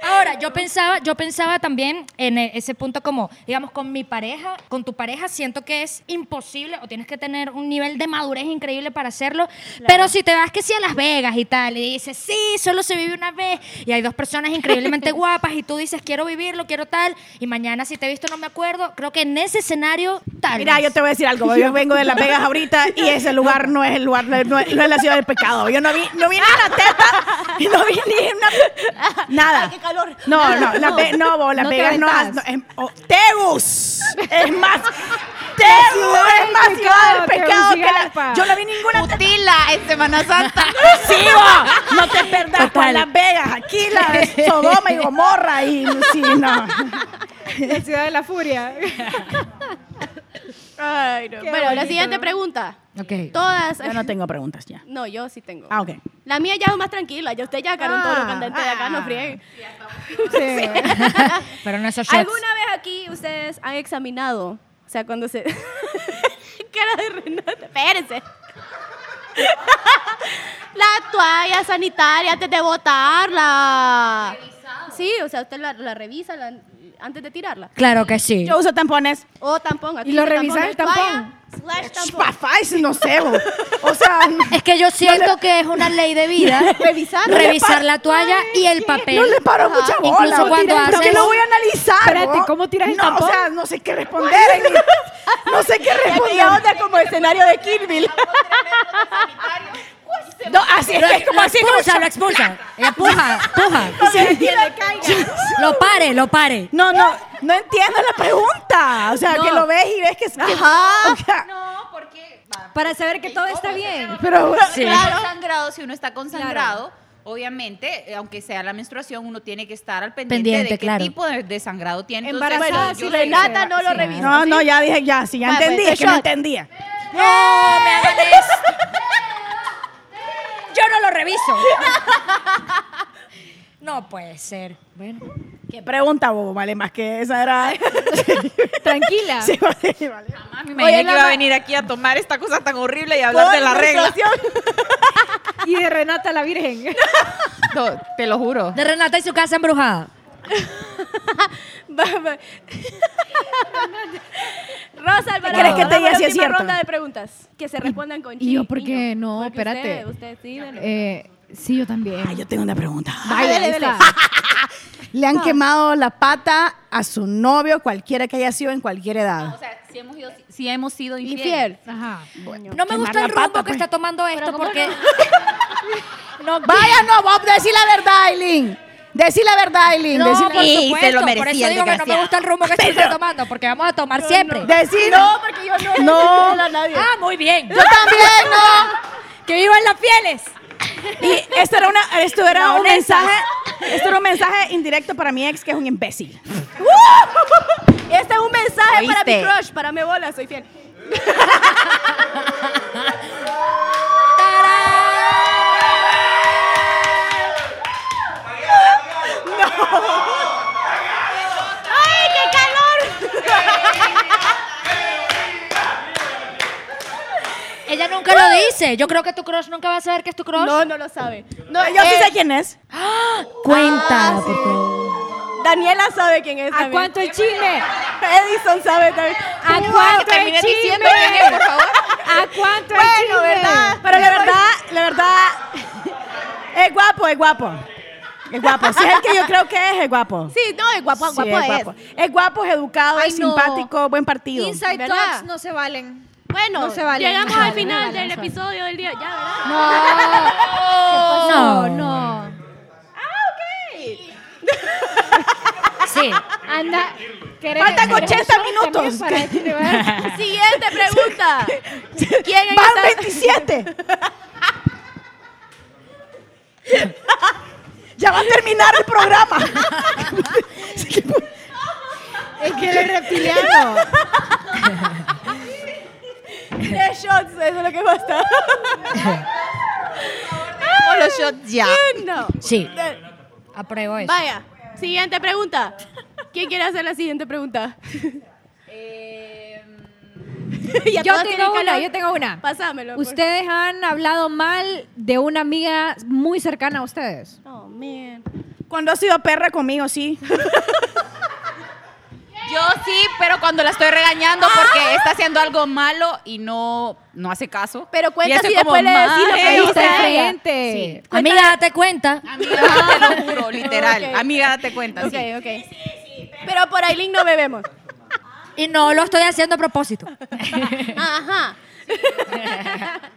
[SPEAKER 4] Ahora, yo pensaba, yo pensaba también en e- ese punto como, digamos, con mi pareja, con tu pareja, siento que es imposible o tienes que tener un nivel de madurez increíble para hacerlo. Pero si te vas que sí a Las Vegas y tal, y dices, sí, solo se vive una vez, y hay dos personas increíblemente guapas, y tú dices, quiero vivirlo, quiero tal, y mañana si te he visto no me acuerdo, creo que en ese escenario, tal.
[SPEAKER 5] Mira,
[SPEAKER 4] vez.
[SPEAKER 5] yo te voy a decir algo. Yo vengo de Las Vegas ahorita y ese lugar no es el lugar, no es, no es- no es la ciudad del pecado. Yo no vi, no vi ni una teta, y no vi ni una. Nada.
[SPEAKER 2] Ay, qué calor.
[SPEAKER 5] No, no, Las Ve- no, vos, Las
[SPEAKER 7] No te
[SPEAKER 5] Vegas no,
[SPEAKER 7] aventabas.
[SPEAKER 5] no, es. oh, Tegus es más. Tegus es más ciudad del pecado que la.
[SPEAKER 7] Tegucigalpa.
[SPEAKER 5] Yo no vi ninguna teta.
[SPEAKER 6] Utila en Semana Santa.
[SPEAKER 5] Sí, vos, no te perdas con Las Vegas. Aquí la Sodoma y Gomorra y sí, no.
[SPEAKER 7] La ciudad de la furia.
[SPEAKER 2] Ay, no. Bueno, la siguiente pregunta.
[SPEAKER 4] Ok.
[SPEAKER 2] Todas.
[SPEAKER 5] Yo no tengo preguntas ya.
[SPEAKER 2] No, yo sí tengo.
[SPEAKER 5] Ah, ok.
[SPEAKER 2] La mía ya es más tranquila. Ya usted ya agarró todo lo
[SPEAKER 7] Ah,
[SPEAKER 2] candente de acá, no frieguen.
[SPEAKER 4] Pero no esos shots.
[SPEAKER 2] ¿Alguna vez aquí ustedes han examinado? O sea, cuando se. Cara de Renata. Espérense. La toalla sanitaria antes de botarla. Sí, o sea, usted la, la revisa la- antes de tirarla.
[SPEAKER 4] Claro que sí.
[SPEAKER 5] Yo uso tampones.
[SPEAKER 2] O tampón. aquí
[SPEAKER 7] ¿Y lo
[SPEAKER 2] dice
[SPEAKER 7] revisa el tampón?
[SPEAKER 2] toalla slash tampón.
[SPEAKER 5] Papás, no sé. bo. O sea,
[SPEAKER 4] es que yo siento que es una ley de vida
[SPEAKER 2] Revisar.
[SPEAKER 4] revisar la toalla y el papel.
[SPEAKER 5] no le paro mucha
[SPEAKER 4] Ajá.
[SPEAKER 5] bola.
[SPEAKER 4] Incluso
[SPEAKER 5] bo.
[SPEAKER 4] cuando
[SPEAKER 5] ¿Por qué
[SPEAKER 4] haces-
[SPEAKER 5] lo voy a analizar?
[SPEAKER 7] Espérate,
[SPEAKER 5] bo?
[SPEAKER 7] ¿cómo tiras el
[SPEAKER 5] no,
[SPEAKER 7] tampón?
[SPEAKER 5] O sea, no sé qué responder. Eli. no sé qué responder.
[SPEAKER 2] como escenario de Kill Bill.
[SPEAKER 5] No, así
[SPEAKER 4] Lo,
[SPEAKER 5] es como
[SPEAKER 4] lo
[SPEAKER 5] así. como-
[SPEAKER 4] expulsa, lo expulsa. Ella puja, puja.
[SPEAKER 5] Sí.
[SPEAKER 4] Lo pare, lo pare.
[SPEAKER 5] No, no, no entiendo la pregunta. O sea, que lo ves y ves que es. que-
[SPEAKER 2] Ajá.
[SPEAKER 5] o sea,
[SPEAKER 7] Para saber que todo está bien.
[SPEAKER 5] Pero
[SPEAKER 4] Sí.
[SPEAKER 6] Claro. Sangrado, si uno está con sangrado, obviamente, eh, aunque sea la menstruación, uno tiene que estar al pendiente,
[SPEAKER 4] Pendiente,
[SPEAKER 6] de qué
[SPEAKER 4] claro.
[SPEAKER 6] tipo de, de sangrado tiene. Entonces,
[SPEAKER 7] Embarazada,
[SPEAKER 6] yo-
[SPEAKER 7] sí,
[SPEAKER 6] yo-
[SPEAKER 2] Renata no lo revisa.
[SPEAKER 5] No, no, ya dije, ya, sí, ya
[SPEAKER 2] Bueno,
[SPEAKER 5] entendí,
[SPEAKER 2] pues,
[SPEAKER 5] es que no
[SPEAKER 2] shot.
[SPEAKER 5] entendía.
[SPEAKER 4] No me hagan esto. Yo no lo reviso. No puede ser. Bueno.
[SPEAKER 5] ¿Qué pregunta, bobo? Vale, más que esa era.
[SPEAKER 7] Tranquila.
[SPEAKER 5] Sí, vale, vale.
[SPEAKER 6] Mamá, me imaginé
[SPEAKER 7] Oye,
[SPEAKER 6] que iba a
[SPEAKER 7] la-
[SPEAKER 6] venir aquí a tomar esta cosa tan horrible y a hablar de la regla.
[SPEAKER 7] Y de Renata la Virgen.
[SPEAKER 6] No, te lo juro.
[SPEAKER 4] De Renata y su casa embrujada.
[SPEAKER 2] Rosa Alvarado.
[SPEAKER 5] crees que te
[SPEAKER 2] dame
[SPEAKER 5] diga
[SPEAKER 2] la
[SPEAKER 5] si es
[SPEAKER 2] última
[SPEAKER 5] cierto?
[SPEAKER 2] ronda de preguntas. Que se respondan con
[SPEAKER 7] y
[SPEAKER 2] chi,
[SPEAKER 7] yo por qué
[SPEAKER 2] niño.
[SPEAKER 7] no?
[SPEAKER 2] Porque Usted,
[SPEAKER 7] Espérate.
[SPEAKER 2] usted, sí, dale.
[SPEAKER 7] Eh, sí, yo también.
[SPEAKER 5] Ah, yo tengo una pregunta.
[SPEAKER 7] Vaya, ahí está.
[SPEAKER 5] Le han quemado la pata a su novio, cualquiera que haya sido, en cualquier edad.
[SPEAKER 6] O sea, si hemos, ido- si hemos sido infiel.
[SPEAKER 2] Infiel.
[SPEAKER 7] Ajá.
[SPEAKER 4] No me gusta el rumbo que está tomando esto porque
[SPEAKER 5] Vaya, no, Bob, decí la verdad, Aileen. Decí la verdad, Aileen.
[SPEAKER 4] No,
[SPEAKER 5] decí
[SPEAKER 4] por
[SPEAKER 5] la...
[SPEAKER 6] Y se
[SPEAKER 4] supuesto,
[SPEAKER 6] lo merecía
[SPEAKER 4] por eso
[SPEAKER 6] el
[SPEAKER 4] digo que no me
[SPEAKER 6] desgraciado.
[SPEAKER 4] gusta el rumbo que estoy tomando porque vamos a tomar siempre.
[SPEAKER 5] Decí-
[SPEAKER 2] No, porque yo no
[SPEAKER 5] No.
[SPEAKER 2] no. a nadie.
[SPEAKER 4] Ah, muy bien.
[SPEAKER 5] Yo también, no.
[SPEAKER 4] Que vivan las fieles.
[SPEAKER 5] Y esto era, una, esto era
[SPEAKER 4] No,
[SPEAKER 5] un
[SPEAKER 4] honestas.
[SPEAKER 5] mensaje. Esto era un mensaje indirecto para mi ex, que es un imbécil.
[SPEAKER 2] Este es un mensaje para mi
[SPEAKER 6] ¿Oíste?
[SPEAKER 2] crush, para mi bola, soy fiel. ¡Ay, qué calor!
[SPEAKER 4] Ella nunca lo dice. Yo creo que tu crush nunca va a saber que es tu crush.
[SPEAKER 2] No, no lo sabe. No,
[SPEAKER 5] Yo sí
[SPEAKER 2] eh,
[SPEAKER 5] sé quién es.
[SPEAKER 4] Cuenta,
[SPEAKER 2] Ah, sí.
[SPEAKER 4] por favor.
[SPEAKER 2] Daniela sabe quién es.
[SPEAKER 7] ¿A
[SPEAKER 2] también.
[SPEAKER 7] cuánto el chisme?
[SPEAKER 2] Edison sabe también. ah,
[SPEAKER 7] ¿A cuánto el
[SPEAKER 6] termine
[SPEAKER 7] chisme?
[SPEAKER 6] diciendo quién es, por favor.
[SPEAKER 7] ¿A cuánto el chisme?
[SPEAKER 2] Bueno, ¿verdad?
[SPEAKER 5] Pero la verdad, la verdad, es guapo, es guapo. Es guapo. Si es el que yo creo que es, es guapo.
[SPEAKER 2] Sí, no, es guapo,
[SPEAKER 5] Sí,
[SPEAKER 2] guapo
[SPEAKER 5] es
[SPEAKER 2] es.
[SPEAKER 5] guapo. Es guapo, es educado,
[SPEAKER 1] Ay,
[SPEAKER 5] es
[SPEAKER 1] no.
[SPEAKER 5] simpático, buen partido.
[SPEAKER 1] Inside
[SPEAKER 2] ¿Verdad?
[SPEAKER 1] Talks no se valen.
[SPEAKER 2] Bueno,
[SPEAKER 1] No se vale, no
[SPEAKER 2] llegamos
[SPEAKER 1] se
[SPEAKER 2] al
[SPEAKER 1] vale,
[SPEAKER 2] final
[SPEAKER 1] no se vale,
[SPEAKER 2] del
[SPEAKER 1] no se
[SPEAKER 2] episodio del día. Ya, ¿verdad?
[SPEAKER 1] No,
[SPEAKER 4] No,
[SPEAKER 1] no.
[SPEAKER 2] Ah,
[SPEAKER 4] Sí.
[SPEAKER 1] Anda. ¿querés-
[SPEAKER 5] Faltan
[SPEAKER 1] querés
[SPEAKER 5] 80
[SPEAKER 1] un shot también
[SPEAKER 5] minutos.
[SPEAKER 1] para este lugar?
[SPEAKER 2] Siguiente pregunta. ¿Quién en
[SPEAKER 5] ¡Van
[SPEAKER 2] esta-
[SPEAKER 5] 27! ya va a terminar el programa.
[SPEAKER 1] Es que eres reptiliano.
[SPEAKER 2] Tres shots, eso es lo que basta.
[SPEAKER 6] Tomo los shots ya.
[SPEAKER 2] No.
[SPEAKER 4] Sí. Apruebo eso.
[SPEAKER 2] Vaya, siguiente pregunta. ¿Quién quiere hacer la siguiente pregunta? Ya
[SPEAKER 7] Yo
[SPEAKER 2] todas tienen
[SPEAKER 7] tengo una,
[SPEAKER 2] calor.
[SPEAKER 7] yo tengo una.
[SPEAKER 2] Pásamelo. por-
[SPEAKER 7] ¿Ustedes han hablado mal de una amiga muy cercana a ustedes?
[SPEAKER 2] Oh, man.
[SPEAKER 5] Cuando ha sido perra conmigo, sí.
[SPEAKER 6] Yo sí, pero cuando la estoy regañando porque está haciendo algo malo y no, no hace caso.
[SPEAKER 2] Pero cuenta
[SPEAKER 6] Y estoy
[SPEAKER 2] si después le decís lo que
[SPEAKER 6] "Madre,
[SPEAKER 2] Ahí
[SPEAKER 7] Está
[SPEAKER 2] está ella.
[SPEAKER 7] enfrente.
[SPEAKER 4] Amiga, date cuenta.
[SPEAKER 6] Amiga, te lo juro, literal.
[SPEAKER 2] Ok.
[SPEAKER 6] Amiga, date cuenta.
[SPEAKER 2] Ok,
[SPEAKER 6] Ah, sí.
[SPEAKER 2] ok. Pero por Aileen no bebemos.
[SPEAKER 4] Y no lo estoy haciendo a propósito.
[SPEAKER 2] Ajá.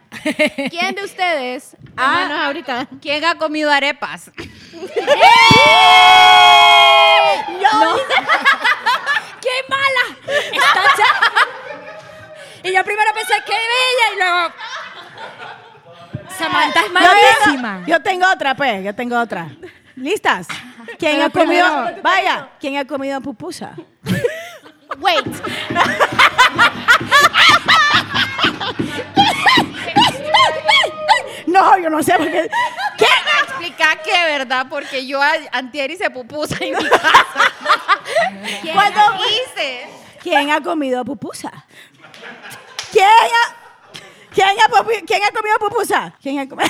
[SPEAKER 2] ¿Quién de ustedes
[SPEAKER 1] Ah,
[SPEAKER 2] ha
[SPEAKER 1] no, ahorita.
[SPEAKER 6] ¿Quién ha comido arepas?
[SPEAKER 4] ¡Qué mala! Está ya- Y yo primero pensé que bella y luego. Samantha es malísima.
[SPEAKER 5] Yo tengo otra, pues, yo tengo otra. ¿Listas? ¿Quién
[SPEAKER 7] Pero
[SPEAKER 5] ha comido?
[SPEAKER 7] primero-
[SPEAKER 5] Vaya, ¿quién ha comido pupusa?
[SPEAKER 2] Wait.
[SPEAKER 5] No, yo no sé porque.
[SPEAKER 6] ¿Quién me explica qué, verdad? Porque yo a- antier hice pupusa en mi casa. ¿Cuándo hice?
[SPEAKER 5] ¿Quién ha comido pupusa? ¿Quién ha, ¿Quién ha, popu- quién ha comido pupusa? ¿Quién ha comido?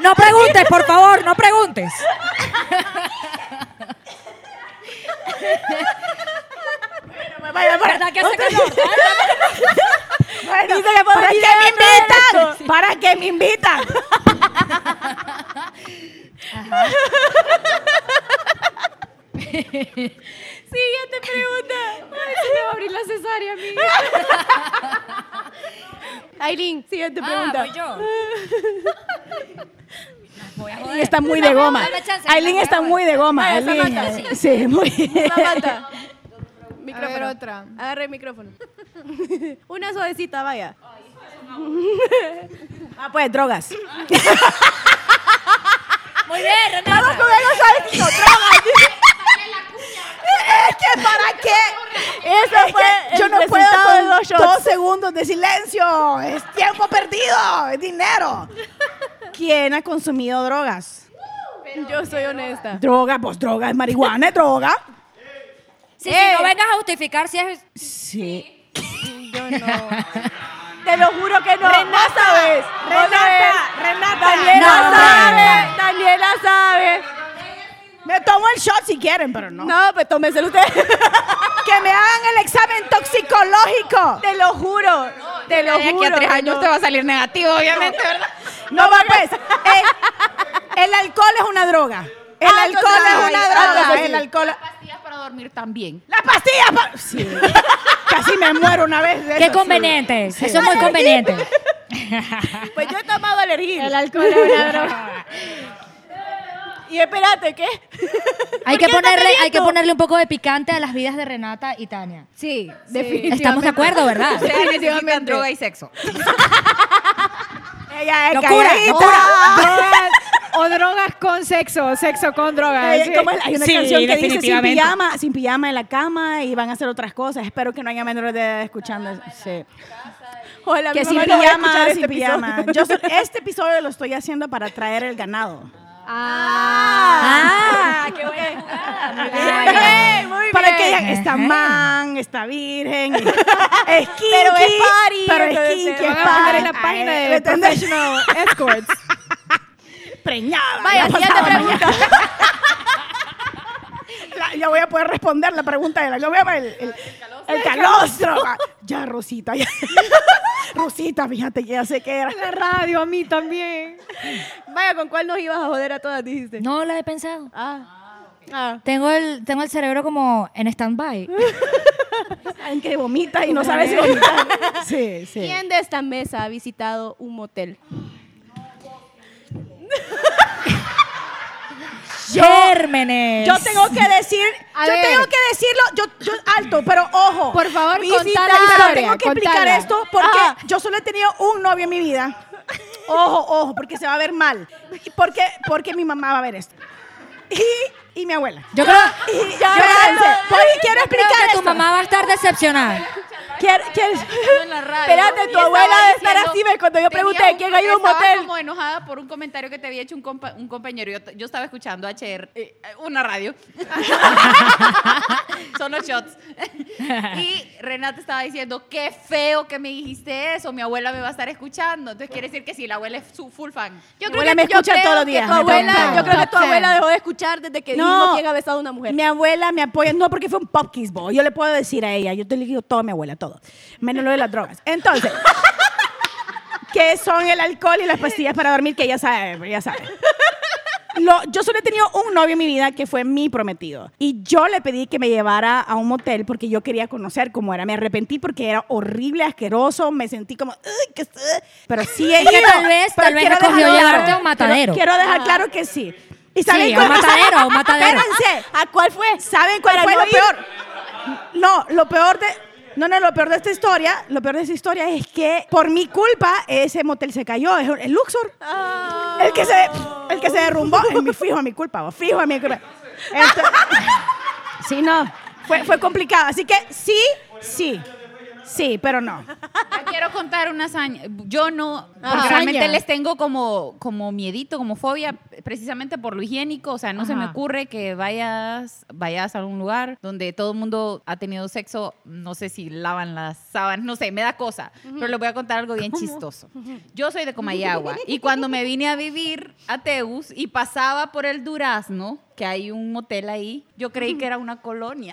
[SPEAKER 4] No preguntes, por favor, no preguntes.
[SPEAKER 5] Bueno, bueno,
[SPEAKER 4] ¿Verdad que hace calor?
[SPEAKER 5] bueno, ¿para qué me invitan? ¿Para qué me invitan?
[SPEAKER 7] abrir la cesárea, amiga.
[SPEAKER 2] Aileen, siguiente pregunta.
[SPEAKER 5] Aileen está muy de goma.
[SPEAKER 4] dame chance,
[SPEAKER 5] Aileen
[SPEAKER 4] dame
[SPEAKER 5] está
[SPEAKER 4] chance.
[SPEAKER 5] muy de goma.
[SPEAKER 2] Vaya,
[SPEAKER 5] Aileen.
[SPEAKER 2] Samantha.
[SPEAKER 5] Sí, muy.
[SPEAKER 2] Samantha.
[SPEAKER 1] A ver,
[SPEAKER 2] Micrófono.
[SPEAKER 1] otra.
[SPEAKER 2] Agarra el micrófono. Una suavecita, vaya.
[SPEAKER 5] Ah, pues, drogas.
[SPEAKER 4] Muy bien, Renata.
[SPEAKER 5] Vamos con algo suavecito, drogas. Es que para qué.
[SPEAKER 2] Eso
[SPEAKER 5] Es
[SPEAKER 2] fue
[SPEAKER 5] que yo
[SPEAKER 2] el
[SPEAKER 5] no puedo
[SPEAKER 2] resultado de
[SPEAKER 5] con
[SPEAKER 2] dos shots.
[SPEAKER 5] dos segundos de silencio. Es tiempo perdido. Es dinero. ¿Quién ha consumido drogas?
[SPEAKER 2] Yo soy honesta.
[SPEAKER 5] Droga, pues droga, es marihuana, es droga.
[SPEAKER 4] Sí, sí, no vengas a justificar si es.
[SPEAKER 5] Sí.
[SPEAKER 2] Yo no. Te lo juro que no.
[SPEAKER 5] Renata,
[SPEAKER 2] no sabes. no
[SPEAKER 5] Renata,
[SPEAKER 2] sabes.
[SPEAKER 5] Renata.
[SPEAKER 2] Daniela
[SPEAKER 4] No,
[SPEAKER 2] sabe. Daniela sabe.
[SPEAKER 5] Me tomo el shot si quieren, pero no.
[SPEAKER 2] No, pues tómeselo ustedes.
[SPEAKER 5] Que me hagan el examen toxicológico.
[SPEAKER 2] Te lo juro. te lo
[SPEAKER 6] De
[SPEAKER 2] juro.
[SPEAKER 6] aquí a tres
[SPEAKER 2] que
[SPEAKER 6] años
[SPEAKER 2] no.
[SPEAKER 6] te va a salir negativo, obviamente, ¿verdad?
[SPEAKER 5] No, va pues. eh, El, el alcohol es una droga. El
[SPEAKER 2] Ah,
[SPEAKER 5] alcohol
[SPEAKER 2] entonces,
[SPEAKER 5] es una
[SPEAKER 2] ah,
[SPEAKER 5] droga.
[SPEAKER 2] entonces
[SPEAKER 5] El
[SPEAKER 2] sí.
[SPEAKER 5] alcohol.
[SPEAKER 6] Pastillas para dormir también.
[SPEAKER 5] La pastilla. pa- Sí. Casi me muero una vez. de
[SPEAKER 4] Qué
[SPEAKER 5] eso, sí.
[SPEAKER 4] conveniente. Eso es muy conveniente.
[SPEAKER 2] Pues yo he tomado alergia.
[SPEAKER 7] El alcohol es una droga.
[SPEAKER 2] Y espérate, ¿qué?
[SPEAKER 4] Hay
[SPEAKER 2] qué
[SPEAKER 4] que,
[SPEAKER 2] está
[SPEAKER 4] ponerle, hay que
[SPEAKER 2] cayendo?
[SPEAKER 4] ponerle un poco de picante a las vidas de Renata y Tania.
[SPEAKER 7] Sí, definitivamente.
[SPEAKER 4] Estamos de acuerdo, ¿verdad?
[SPEAKER 6] necesitan droga y sexo.
[SPEAKER 5] Ella es
[SPEAKER 4] Locura,
[SPEAKER 5] calladita.
[SPEAKER 4] locura.
[SPEAKER 7] Ah. Drogas o drogas con sexo, o sexo con drogas.
[SPEAKER 5] Ella- ¿cómo es? Hay una
[SPEAKER 4] Sí,
[SPEAKER 5] canción que dice sin
[SPEAKER 4] definitivamente.
[SPEAKER 5] pijama, sin pijama en la cama y van a hacer otras cosas. Espero que no haya menores de edad escuchando. Sí.
[SPEAKER 2] Hola,
[SPEAKER 5] Que
[SPEAKER 2] mi
[SPEAKER 5] sin
[SPEAKER 2] mamá no va a
[SPEAKER 5] pijama,
[SPEAKER 2] escuchar
[SPEAKER 5] sin
[SPEAKER 2] este
[SPEAKER 5] pijama.
[SPEAKER 2] episodio.
[SPEAKER 5] Yo so- este episodio lo estoy haciendo para traer el ganado.
[SPEAKER 4] Ah, qué
[SPEAKER 5] Ey,
[SPEAKER 2] muy
[SPEAKER 5] para
[SPEAKER 2] bien.
[SPEAKER 5] que digan, está man, está virgen, es kinky, pero
[SPEAKER 2] es party,
[SPEAKER 5] pero es
[SPEAKER 2] entonces,
[SPEAKER 5] kinky,
[SPEAKER 2] se
[SPEAKER 5] es
[SPEAKER 2] van
[SPEAKER 7] a poner
[SPEAKER 5] party.
[SPEAKER 7] en la página
[SPEAKER 5] Ay,
[SPEAKER 7] de
[SPEAKER 5] ¿me entendés?
[SPEAKER 7] Escorts.
[SPEAKER 5] Preñada.
[SPEAKER 2] Vaya,
[SPEAKER 5] ya
[SPEAKER 2] siguiente
[SPEAKER 5] pasaba
[SPEAKER 2] pregunta.
[SPEAKER 5] la- ya voy a poder responder la pregunta de la. Yo voy a ver el, el, el calostro. Ah, Ya, Rosita, ya. Rosita, fíjate que ya sé que era.
[SPEAKER 7] La radio, a mí también.
[SPEAKER 2] Vaya, ¿con cuál nos ibas a joder a todas, dijiste?
[SPEAKER 4] No la he pensado.
[SPEAKER 2] Ah. Ah.
[SPEAKER 4] Tengo el, tengo el cerebro como en stand-by.
[SPEAKER 5] Saben que vomita y no sabe si vomita. Sí, sí.
[SPEAKER 2] ¿Quién de esta mesa ha visitado un motel?
[SPEAKER 4] Gérmenes.
[SPEAKER 5] Yo tengo que decir,
[SPEAKER 7] A
[SPEAKER 5] yo
[SPEAKER 7] ver.
[SPEAKER 5] tengo que decirlo, yo, yo alto, pero ojo.
[SPEAKER 7] Por favor,
[SPEAKER 5] Visita-
[SPEAKER 7] contá la
[SPEAKER 5] pero Tengo
[SPEAKER 7] historia,
[SPEAKER 5] que
[SPEAKER 7] contala.
[SPEAKER 5] explicar esto porque yo solo he tenido un novio en mi vida. Ojo, ojo, porque se va a ver mal. Y Porque, porque mi mamá va a ver esto. Y, y mi abuela.
[SPEAKER 4] Yo creo,
[SPEAKER 5] Y,
[SPEAKER 4] yo
[SPEAKER 5] ya,
[SPEAKER 4] creo-
[SPEAKER 5] espérense, voy y quiero
[SPEAKER 4] yo creo
[SPEAKER 5] explicar
[SPEAKER 4] que
[SPEAKER 5] esto.
[SPEAKER 4] tu mamá va a estar decepcionada.
[SPEAKER 5] Quiero- quiero-
[SPEAKER 2] Espérate, tu abuela debe estar así, ¿ves? Cuando yo pregunté
[SPEAKER 6] Tenía
[SPEAKER 2] quién ha ido a un
[SPEAKER 6] estaba
[SPEAKER 2] motel.
[SPEAKER 6] como enojada por un comentario que te había hecho un, compa- un compañero. Yo, t- yo estaba escuchando HR, eh, una radio. Son los shots. y Renata estaba diciendo, qué feo que me dijiste eso, mi abuela me va a estar escuchando. Entonces quiere decir que sí, la abuela es su full fan.
[SPEAKER 2] Yo
[SPEAKER 5] abuela me escucha todos los días,
[SPEAKER 2] Tu
[SPEAKER 5] me
[SPEAKER 2] abuela,
[SPEAKER 5] preguntaron.
[SPEAKER 2] yo creo que tu
[SPEAKER 7] Top
[SPEAKER 2] abuela
[SPEAKER 7] fan.
[SPEAKER 2] dejó de escuchar desde que
[SPEAKER 5] No.
[SPEAKER 2] dijimos quién ha besado a una mujer.
[SPEAKER 5] Mi abuela me apoya, no porque fue un pop kiss, bo. yo le puedo decir a ella, yo te le digo todo a mi abuela, todo, menos lo de las drogas. Entonces, ¿qué son el alcohol y las pastillas para dormir? Que ella sabe, ya sabe. Lo- yo solo he tenido un novio en mi vida que fue mi prometido. Y yo le pedí que me llevara a un motel porque yo quería conocer cómo era. Me arrepentí porque era horrible, asqueroso. Me sentí como. "Ay, que estoy-". Pero sí he
[SPEAKER 4] Es que
[SPEAKER 5] ido.
[SPEAKER 4] tal vez-
[SPEAKER 5] Pero
[SPEAKER 4] tal vez
[SPEAKER 5] quiero
[SPEAKER 4] escogió
[SPEAKER 5] dejar claro-
[SPEAKER 4] llevarte a un matadero.
[SPEAKER 5] Quiero, quiero dejar claro que sí. ¿Y saben
[SPEAKER 4] Sí, a
[SPEAKER 5] cuál-
[SPEAKER 4] un matadero, a un matadero.
[SPEAKER 5] Espérense, ¿a cuál fue? ¿Saben cuál fue
[SPEAKER 2] no
[SPEAKER 5] lo peor? No, lo peor de no, no, lo peor de esta historia, lo peor de esta historia es que por mi culpa ese motel se cayó, es el Luxor. El que se el que se derrumbó, es mi fijo, mi culpa, vos, fijo, mi culpa. Este, Esto- sí, no, fue fue complicado, así que sí, sí. Sí, pero no.
[SPEAKER 6] Ah, Quiero contar una hazaña. Yo no, porque
[SPEAKER 2] Hazaña.
[SPEAKER 6] realmente les tengo como, como miedito, como fobia, precisamente por lo higiénico. O sea, no se me
[SPEAKER 7] Ajá.
[SPEAKER 6] ocurre que vayas, vayas a algún lugar donde todo el mundo ha tenido sexo. No sé si lavan las sábanas, no sé, me da cosa. Pero les voy a contar algo bien chistoso. Yo soy de Comayagua y cuando me vine a vivir a Teus y pasaba por el Durazno, que hay un motel ahí, yo creí que era una colonia.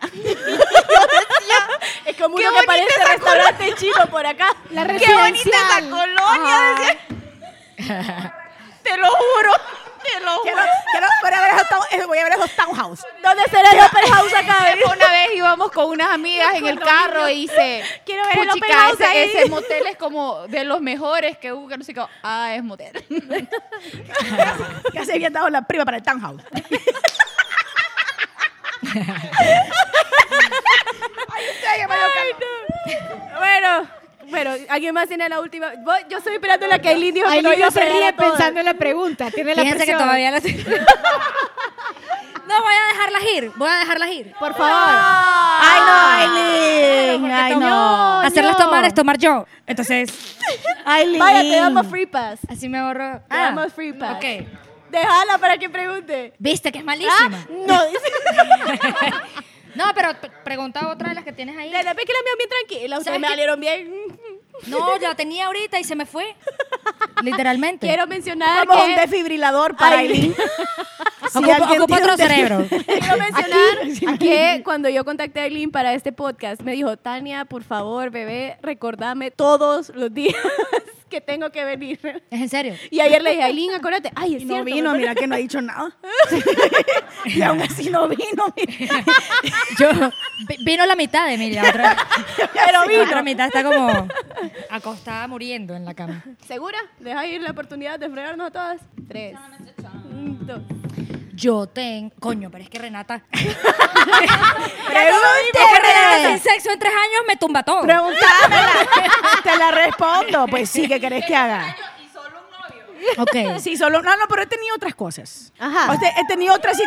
[SPEAKER 2] Es como
[SPEAKER 6] Qué
[SPEAKER 2] uno que
[SPEAKER 6] bonita
[SPEAKER 2] parece
[SPEAKER 6] esa
[SPEAKER 2] restaurante chino por acá.
[SPEAKER 1] La
[SPEAKER 6] ¡Qué bonita esa
[SPEAKER 1] residencial.
[SPEAKER 6] colonia! decía. Te lo juro, te lo
[SPEAKER 5] Quiero,
[SPEAKER 6] juro.
[SPEAKER 5] quiero- voy a ver esos town- eh, voy a ver esos townhouse.
[SPEAKER 2] ¿Dónde será el Opera House acá?
[SPEAKER 6] Fue Una vez íbamos con unas amigas en el carro y dice,
[SPEAKER 2] Quiero ver el open
[SPEAKER 6] puchica,
[SPEAKER 2] house ahí".
[SPEAKER 6] ese, ese motel es como de los mejores que hubo, que no sé qué. Ah, es motel.
[SPEAKER 5] Ya se habían dado la prima para el townhouse.
[SPEAKER 2] Bueno, bueno, ¿alguien más tiene la última? Voy- Yo estoy esperando la que Aileen dijo que
[SPEAKER 1] Ahí
[SPEAKER 2] no iba
[SPEAKER 1] no
[SPEAKER 2] a
[SPEAKER 1] se
[SPEAKER 2] perder
[SPEAKER 1] ríe
[SPEAKER 2] a todas.
[SPEAKER 1] pensando en la pregunta. Tiene la
[SPEAKER 4] Fíjense que
[SPEAKER 1] presión.
[SPEAKER 4] todavía la estoy- No, voy a dejarlas ir, voy a dejarlas ir.
[SPEAKER 1] Por favor.
[SPEAKER 2] Ah,
[SPEAKER 5] ¡Ay, no, Aileen! ¡Ay, no!
[SPEAKER 4] Hacerlas tomar es tomar yo. Entonces,
[SPEAKER 5] Aileen.
[SPEAKER 2] Vaya, te damos free pass. Te
[SPEAKER 4] así me ahorro.
[SPEAKER 2] damos free pass.
[SPEAKER 4] ok.
[SPEAKER 2] Déjala para que pregunte.
[SPEAKER 4] Viste que es
[SPEAKER 2] Ah,
[SPEAKER 4] malísima.
[SPEAKER 2] no, dice-
[SPEAKER 4] No, pero pre- pregunta otra de las que tienes ahí.
[SPEAKER 2] de la vez que la mía bien tranquila, ustedes
[SPEAKER 4] ¿Sabes
[SPEAKER 2] me
[SPEAKER 4] qué?
[SPEAKER 2] salieron bien.
[SPEAKER 4] No, yo la tenía ahorita y se me fue. Literalmente.
[SPEAKER 2] Quiero mencionar
[SPEAKER 5] Vamos a un
[SPEAKER 2] que
[SPEAKER 5] desfibrilador para
[SPEAKER 2] Aileen.
[SPEAKER 5] Aileen. Si
[SPEAKER 4] Ocupa-
[SPEAKER 5] alguien
[SPEAKER 4] ocupa
[SPEAKER 5] tiene
[SPEAKER 4] otro
[SPEAKER 5] un desfibri-
[SPEAKER 4] cerebro.
[SPEAKER 2] Quiero mencionar que cuando yo contacté a Aileen para este podcast, me dijo, Tania, por favor, bebé, recordame todos los días que tengo que venir.
[SPEAKER 4] Es en serio.
[SPEAKER 2] Y ayer le dije, Aileen, acuérdate. Ay, es
[SPEAKER 5] Y no
[SPEAKER 2] cierto.
[SPEAKER 5] vino,
[SPEAKER 2] me
[SPEAKER 5] mira que no ha dicho nada. y aún así no vino, mira.
[SPEAKER 4] Yo vi- vino la mitad de mí, la otra,
[SPEAKER 2] Pero
[SPEAKER 4] la
[SPEAKER 2] vino.
[SPEAKER 4] otra mitad está como acostada muriendo en la cama.
[SPEAKER 2] ¿Segura? Deja ir la oportunidad de fregarnos a todas. Tres. un, dos.
[SPEAKER 4] Yo tengo. Coño, pero es que Renata. Porque Renata sin
[SPEAKER 5] Pregúntame.
[SPEAKER 4] sexo en tres años me tumba todo.
[SPEAKER 5] Preguntámela. Te la respondo. Pues sí, ¿qué querés que haga?
[SPEAKER 4] Ok.
[SPEAKER 5] Sí, solo. No, no, pero he tenido otras cosas.
[SPEAKER 2] Ajá.
[SPEAKER 5] O sea, he tenido otras.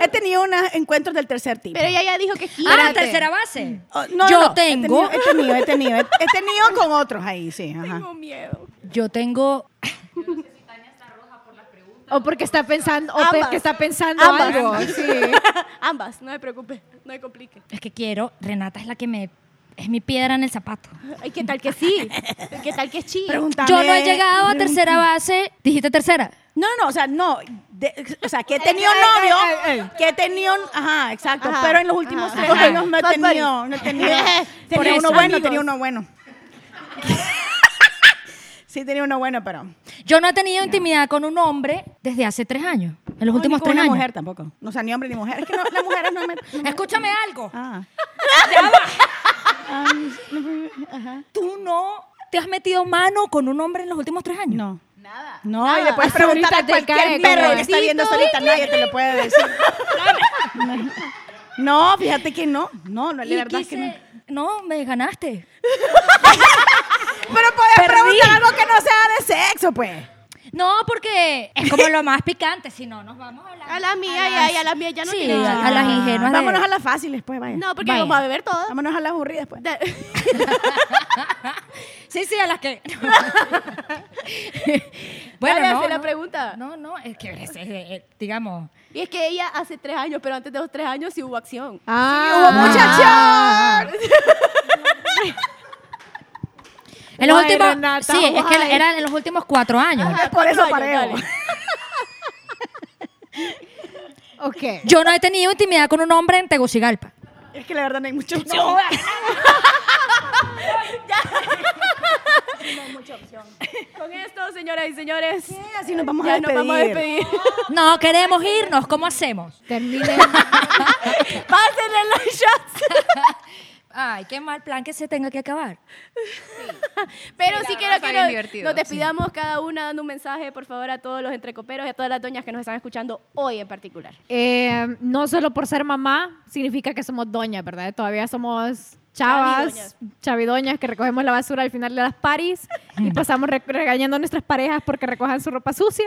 [SPEAKER 5] He tenido unos encuentros del tercer tipo.
[SPEAKER 2] Pero ella ya dijo que quiere.
[SPEAKER 4] Ah, tercera base.
[SPEAKER 5] Oh, no,
[SPEAKER 4] yo
[SPEAKER 5] no, He tenido,
[SPEAKER 4] tengo.
[SPEAKER 5] he tenido, he tenido. He, he tenido con otros ahí, sí. Ajá.
[SPEAKER 2] Tengo miedo.
[SPEAKER 4] Yo tengo.
[SPEAKER 1] O porque está pensando, o
[SPEAKER 2] Ambas.
[SPEAKER 1] porque está pensando
[SPEAKER 2] Ambas.
[SPEAKER 1] algo. Sí.
[SPEAKER 2] Ambas, no me preocupe, no me complique.
[SPEAKER 4] Es que quiero. Renata es la que me. Es mi piedra en el zapato.
[SPEAKER 2] Ay, ¿qué tal que sí? ¿Qué tal que sí?
[SPEAKER 5] Pregúntame.
[SPEAKER 4] Yo no he llegado a tercera base. Dijiste tercera.
[SPEAKER 5] No, no, o sea, no. de- o sea, que he tenido
[SPEAKER 1] ay,
[SPEAKER 5] novio,
[SPEAKER 1] ay, ay.
[SPEAKER 5] que he tenido. Ajá, exacto.
[SPEAKER 2] Ajá,
[SPEAKER 5] pero en los últimos
[SPEAKER 2] ajá.
[SPEAKER 5] tres
[SPEAKER 2] Ajá.
[SPEAKER 5] años no he
[SPEAKER 2] Bad
[SPEAKER 5] tenido.
[SPEAKER 2] Bunny.
[SPEAKER 5] No he tenido.
[SPEAKER 4] Por
[SPEAKER 5] tenía uno
[SPEAKER 4] eso.
[SPEAKER 5] bueno,
[SPEAKER 4] Amigos.
[SPEAKER 5] tenía uno bueno. sí, tenía uno bueno, pero.
[SPEAKER 4] Yo no he tenido intimidad con un hombre desde hace tres años. En los
[SPEAKER 5] No, ni con
[SPEAKER 4] últimos tres
[SPEAKER 5] una
[SPEAKER 4] años.
[SPEAKER 5] mujer tampoco. No, o sea, ni hombre ni mujer. Es que no, las mujeres no me. no me-
[SPEAKER 4] Escúchame algo.
[SPEAKER 5] Ah.
[SPEAKER 4] ¿Tú no te has metido mano con un hombre en los últimos tres años?
[SPEAKER 5] No. Nada. No, y le puedes preguntar a
[SPEAKER 1] Ahorita te
[SPEAKER 5] cualquier
[SPEAKER 1] cae,
[SPEAKER 5] perro que
[SPEAKER 1] cabecito,
[SPEAKER 5] está viendo solita, nadie te lo puede decir. No, fíjate que no. No, no, la
[SPEAKER 4] Y
[SPEAKER 5] verdad es que no.
[SPEAKER 4] quise- no, me ganaste.
[SPEAKER 5] Pero puedes preguntar algo que no sea de sexo, pues.
[SPEAKER 4] No, porque es como lo más picante, si no nos vamos a hablar.
[SPEAKER 2] A la mía, ya, ya, a la mía, ya no
[SPEAKER 4] sí,
[SPEAKER 2] tiene
[SPEAKER 4] a, a las ingenuas. de-
[SPEAKER 5] Ah. Vámonos a las fáciles, pues, vaya.
[SPEAKER 2] No, porque
[SPEAKER 4] Vaya.
[SPEAKER 2] vamos a beber todas.
[SPEAKER 5] Vámonos a las aburridas, pues.
[SPEAKER 2] Da-
[SPEAKER 4] Sí, sí, a las que.
[SPEAKER 2] Dale,
[SPEAKER 4] bueno,
[SPEAKER 2] hace
[SPEAKER 4] no,
[SPEAKER 2] la
[SPEAKER 4] no.
[SPEAKER 2] pregunta.
[SPEAKER 4] No, no, es que, es- es- es- digamos.
[SPEAKER 2] Y es que ella hace tres años, pero antes de los tres años sí hubo acción.
[SPEAKER 1] Ah,
[SPEAKER 4] En los
[SPEAKER 1] Guay,
[SPEAKER 4] últimos.
[SPEAKER 1] Renata,
[SPEAKER 4] sí, es que
[SPEAKER 1] guay.
[SPEAKER 4] era en los últimos cuatro años.
[SPEAKER 5] Por eso
[SPEAKER 2] Cuatro
[SPEAKER 5] pareo.
[SPEAKER 2] años, dale.
[SPEAKER 1] Ok.
[SPEAKER 4] Yo no he tenido intimidad con un hombre en Tegucigalpa.
[SPEAKER 5] Es que la verdad no hay mucho.
[SPEAKER 2] Con esto, señoras y señores,
[SPEAKER 5] Así nos vamos
[SPEAKER 2] ya
[SPEAKER 5] a
[SPEAKER 2] nos vamos a
[SPEAKER 5] despedir.
[SPEAKER 2] despedir.
[SPEAKER 4] No, queremos irnos. ¿Cómo hacemos?
[SPEAKER 1] Terminen.
[SPEAKER 2] Pásenle los shots.
[SPEAKER 4] Ay, qué mal plan que se tenga que acabar.
[SPEAKER 2] Pero
[SPEAKER 6] Sí,
[SPEAKER 2] sí
[SPEAKER 6] la verdad
[SPEAKER 2] quiero
[SPEAKER 6] está
[SPEAKER 2] que
[SPEAKER 6] bien
[SPEAKER 2] nos,
[SPEAKER 6] divertido,
[SPEAKER 2] nos despidamos cada una dando un mensaje, por favor, a todos los entrecoperos y a todas las doñas que nos están escuchando hoy en particular.
[SPEAKER 1] Eh, no solo por ser mamá significa que somos doñas, ¿verdad? Todavía somos chavas, chavidoñas que recogemos la basura al final de las paris y pasamos re- regañando a nuestras parejas porque recojan su ropa sucia.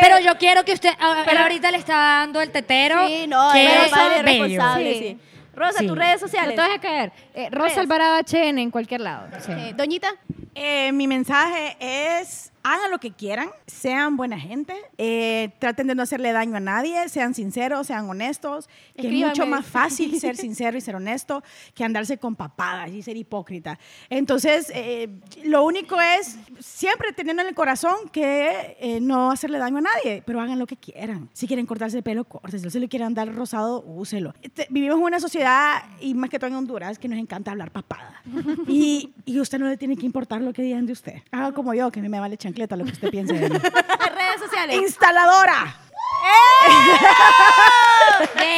[SPEAKER 4] Pero yo quiero que usted. ah, él ahorita le está dando el tetero.
[SPEAKER 2] Sí, no,
[SPEAKER 4] que
[SPEAKER 2] es
[SPEAKER 4] es
[SPEAKER 2] padre
[SPEAKER 4] bello.
[SPEAKER 2] responsable,
[SPEAKER 1] Sí.
[SPEAKER 2] sí. Rosa,
[SPEAKER 4] Sí.
[SPEAKER 2] tus redes
[SPEAKER 1] No
[SPEAKER 2] sociales.
[SPEAKER 1] te vas a caer. Eh,
[SPEAKER 2] Redes.
[SPEAKER 1] Rosa Alvarado HN en cualquier lado.
[SPEAKER 2] Eh, Doñita,
[SPEAKER 5] Eh, mi mensaje es, hagan lo que quieran, sean buena gente, eh, traten de no hacerle daño a nadie, sean sinceros, sean honestos, que
[SPEAKER 2] Escríbanme.
[SPEAKER 5] es mucho más fácil ser sincero y ser honesto que andarse con papadas y ser hipócrita. Entonces, eh, lo único es siempre teniendo en el corazón que eh, no hacerle daño a nadie, pero hagan lo que quieran. Si quieren cortarse el pelo, córtenselo. Si le quieren dar rosado, úselo. Este, vivimos en una sociedad, y más que todo en Honduras, que nos encanta hablar papada. Y, y usted no le tiene que importar lo que digan de usted. Haga como yo, que a mí me vale chancleta lo que usted piense de mí.
[SPEAKER 2] redes sociales.
[SPEAKER 5] ¡Instaladora!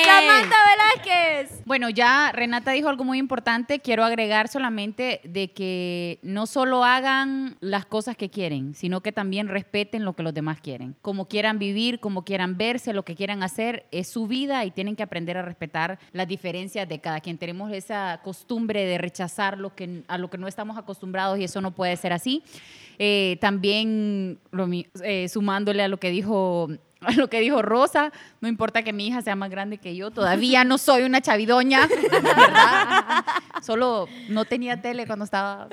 [SPEAKER 2] Samantha Velázquez.
[SPEAKER 6] Bueno, ya Renata dijo algo muy importante. Quiero agregar solamente de que no solo hagan las cosas que quieren, sino que también respeten lo que los demás quieren. Como quieran vivir, como quieran verse, lo que quieran hacer es su vida y tienen que aprender a respetar las diferencias de cada quien. Tenemos esa costumbre de rechazar lo que, a lo que no estamos acostumbrados y eso no puede ser así. Eh, también lo mi- eh, sumándole a lo que dijo a lo que dijo Rosa, no importa que mi hija sea más grande que yo, todavía no soy una chavidoña, ¿verdad? Solo no tenía tele cuando estaba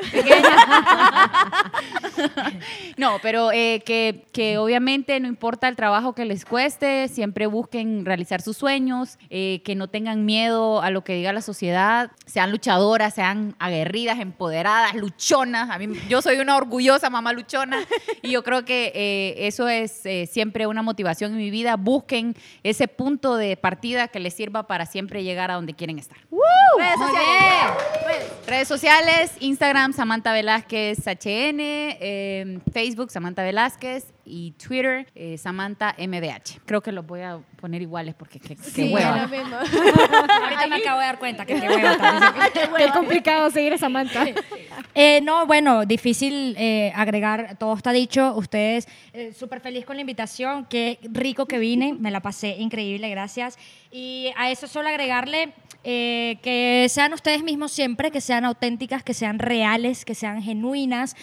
[SPEAKER 6] no, pero eh, que, que obviamente no importa el trabajo que les cueste, siempre busquen realizar sus sueños, eh, que no tengan miedo a lo que diga la sociedad, sean luchadoras, sean aguerridas, empoderadas, luchonas. A mí, yo soy una orgullosa mamá luchona y yo creo que eh, eso es eh, siempre una motivación en mi vida. Busquen ese punto de partida que les sirva para siempre llegar a donde quieren estar.
[SPEAKER 4] Uh,
[SPEAKER 2] Redes sociales. Redes.
[SPEAKER 6] Redes sociales, Instagram Samantha Velázquez HN, eh, Facebook Samantha Velázquez y Twitter eh, Samantha MBH. Creo que los voy a poner iguales porque qué, qué
[SPEAKER 2] Sí, es lo
[SPEAKER 6] hueva.
[SPEAKER 2] mismo.
[SPEAKER 4] Ahorita me acabo de dar cuenta que qué hueva también.
[SPEAKER 1] Qué complicado seguir a Samantha.
[SPEAKER 4] Eh, no, bueno, difícil eh, agregar, todo está dicho. Ustedes, eh, súper feliz con la invitación, qué rico que vine, me la pasé increíble, gracias. Y a eso solo agregarle eh, que sean ustedes mismos siempre, que sean auténticas, que sean reales, que sean genuinas.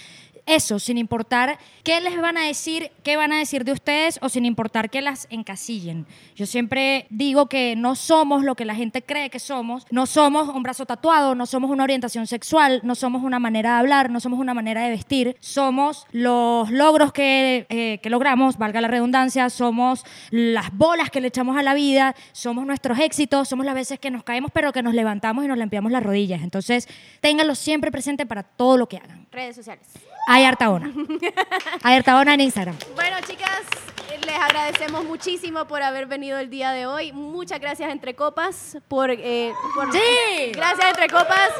[SPEAKER 4] Eso, sin importar qué les van a decir, qué van a decir de ustedes o sin importar que las encasillen. Yo siempre digo que no somos lo que la gente cree que somos, no somos un brazo tatuado, no somos una orientación sexual, no somos una manera de hablar, no somos una manera de vestir, somos los logros que, eh, que logramos, valga la redundancia, somos las bolas que le echamos a la vida, somos nuestros éxitos, somos las veces que nos caemos pero que nos levantamos y nos limpiamos las rodillas. Entonces, ténganlo siempre presente para todo lo que hagan.
[SPEAKER 2] Redes sociales.
[SPEAKER 4] Hay Artaona. Hay Artaona en Instagram.
[SPEAKER 2] Bueno, chicas, les agradecemos muchísimo por haber venido el día de hoy. Muchas gracias, Entre Copas, por... eh, por-
[SPEAKER 4] Sí.
[SPEAKER 2] Gracias, Entre Copas.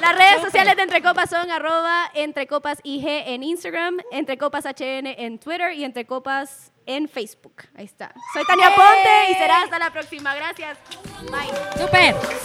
[SPEAKER 2] Las redes sociales de Entre Copas son arroba Entre Copas IG en Instagram, Entre Copas HN en Twitter y Entre Copas en Facebook. Ahí está. Soy Tania Ponte y será hasta la próxima. Gracias. Bye.
[SPEAKER 4] Super.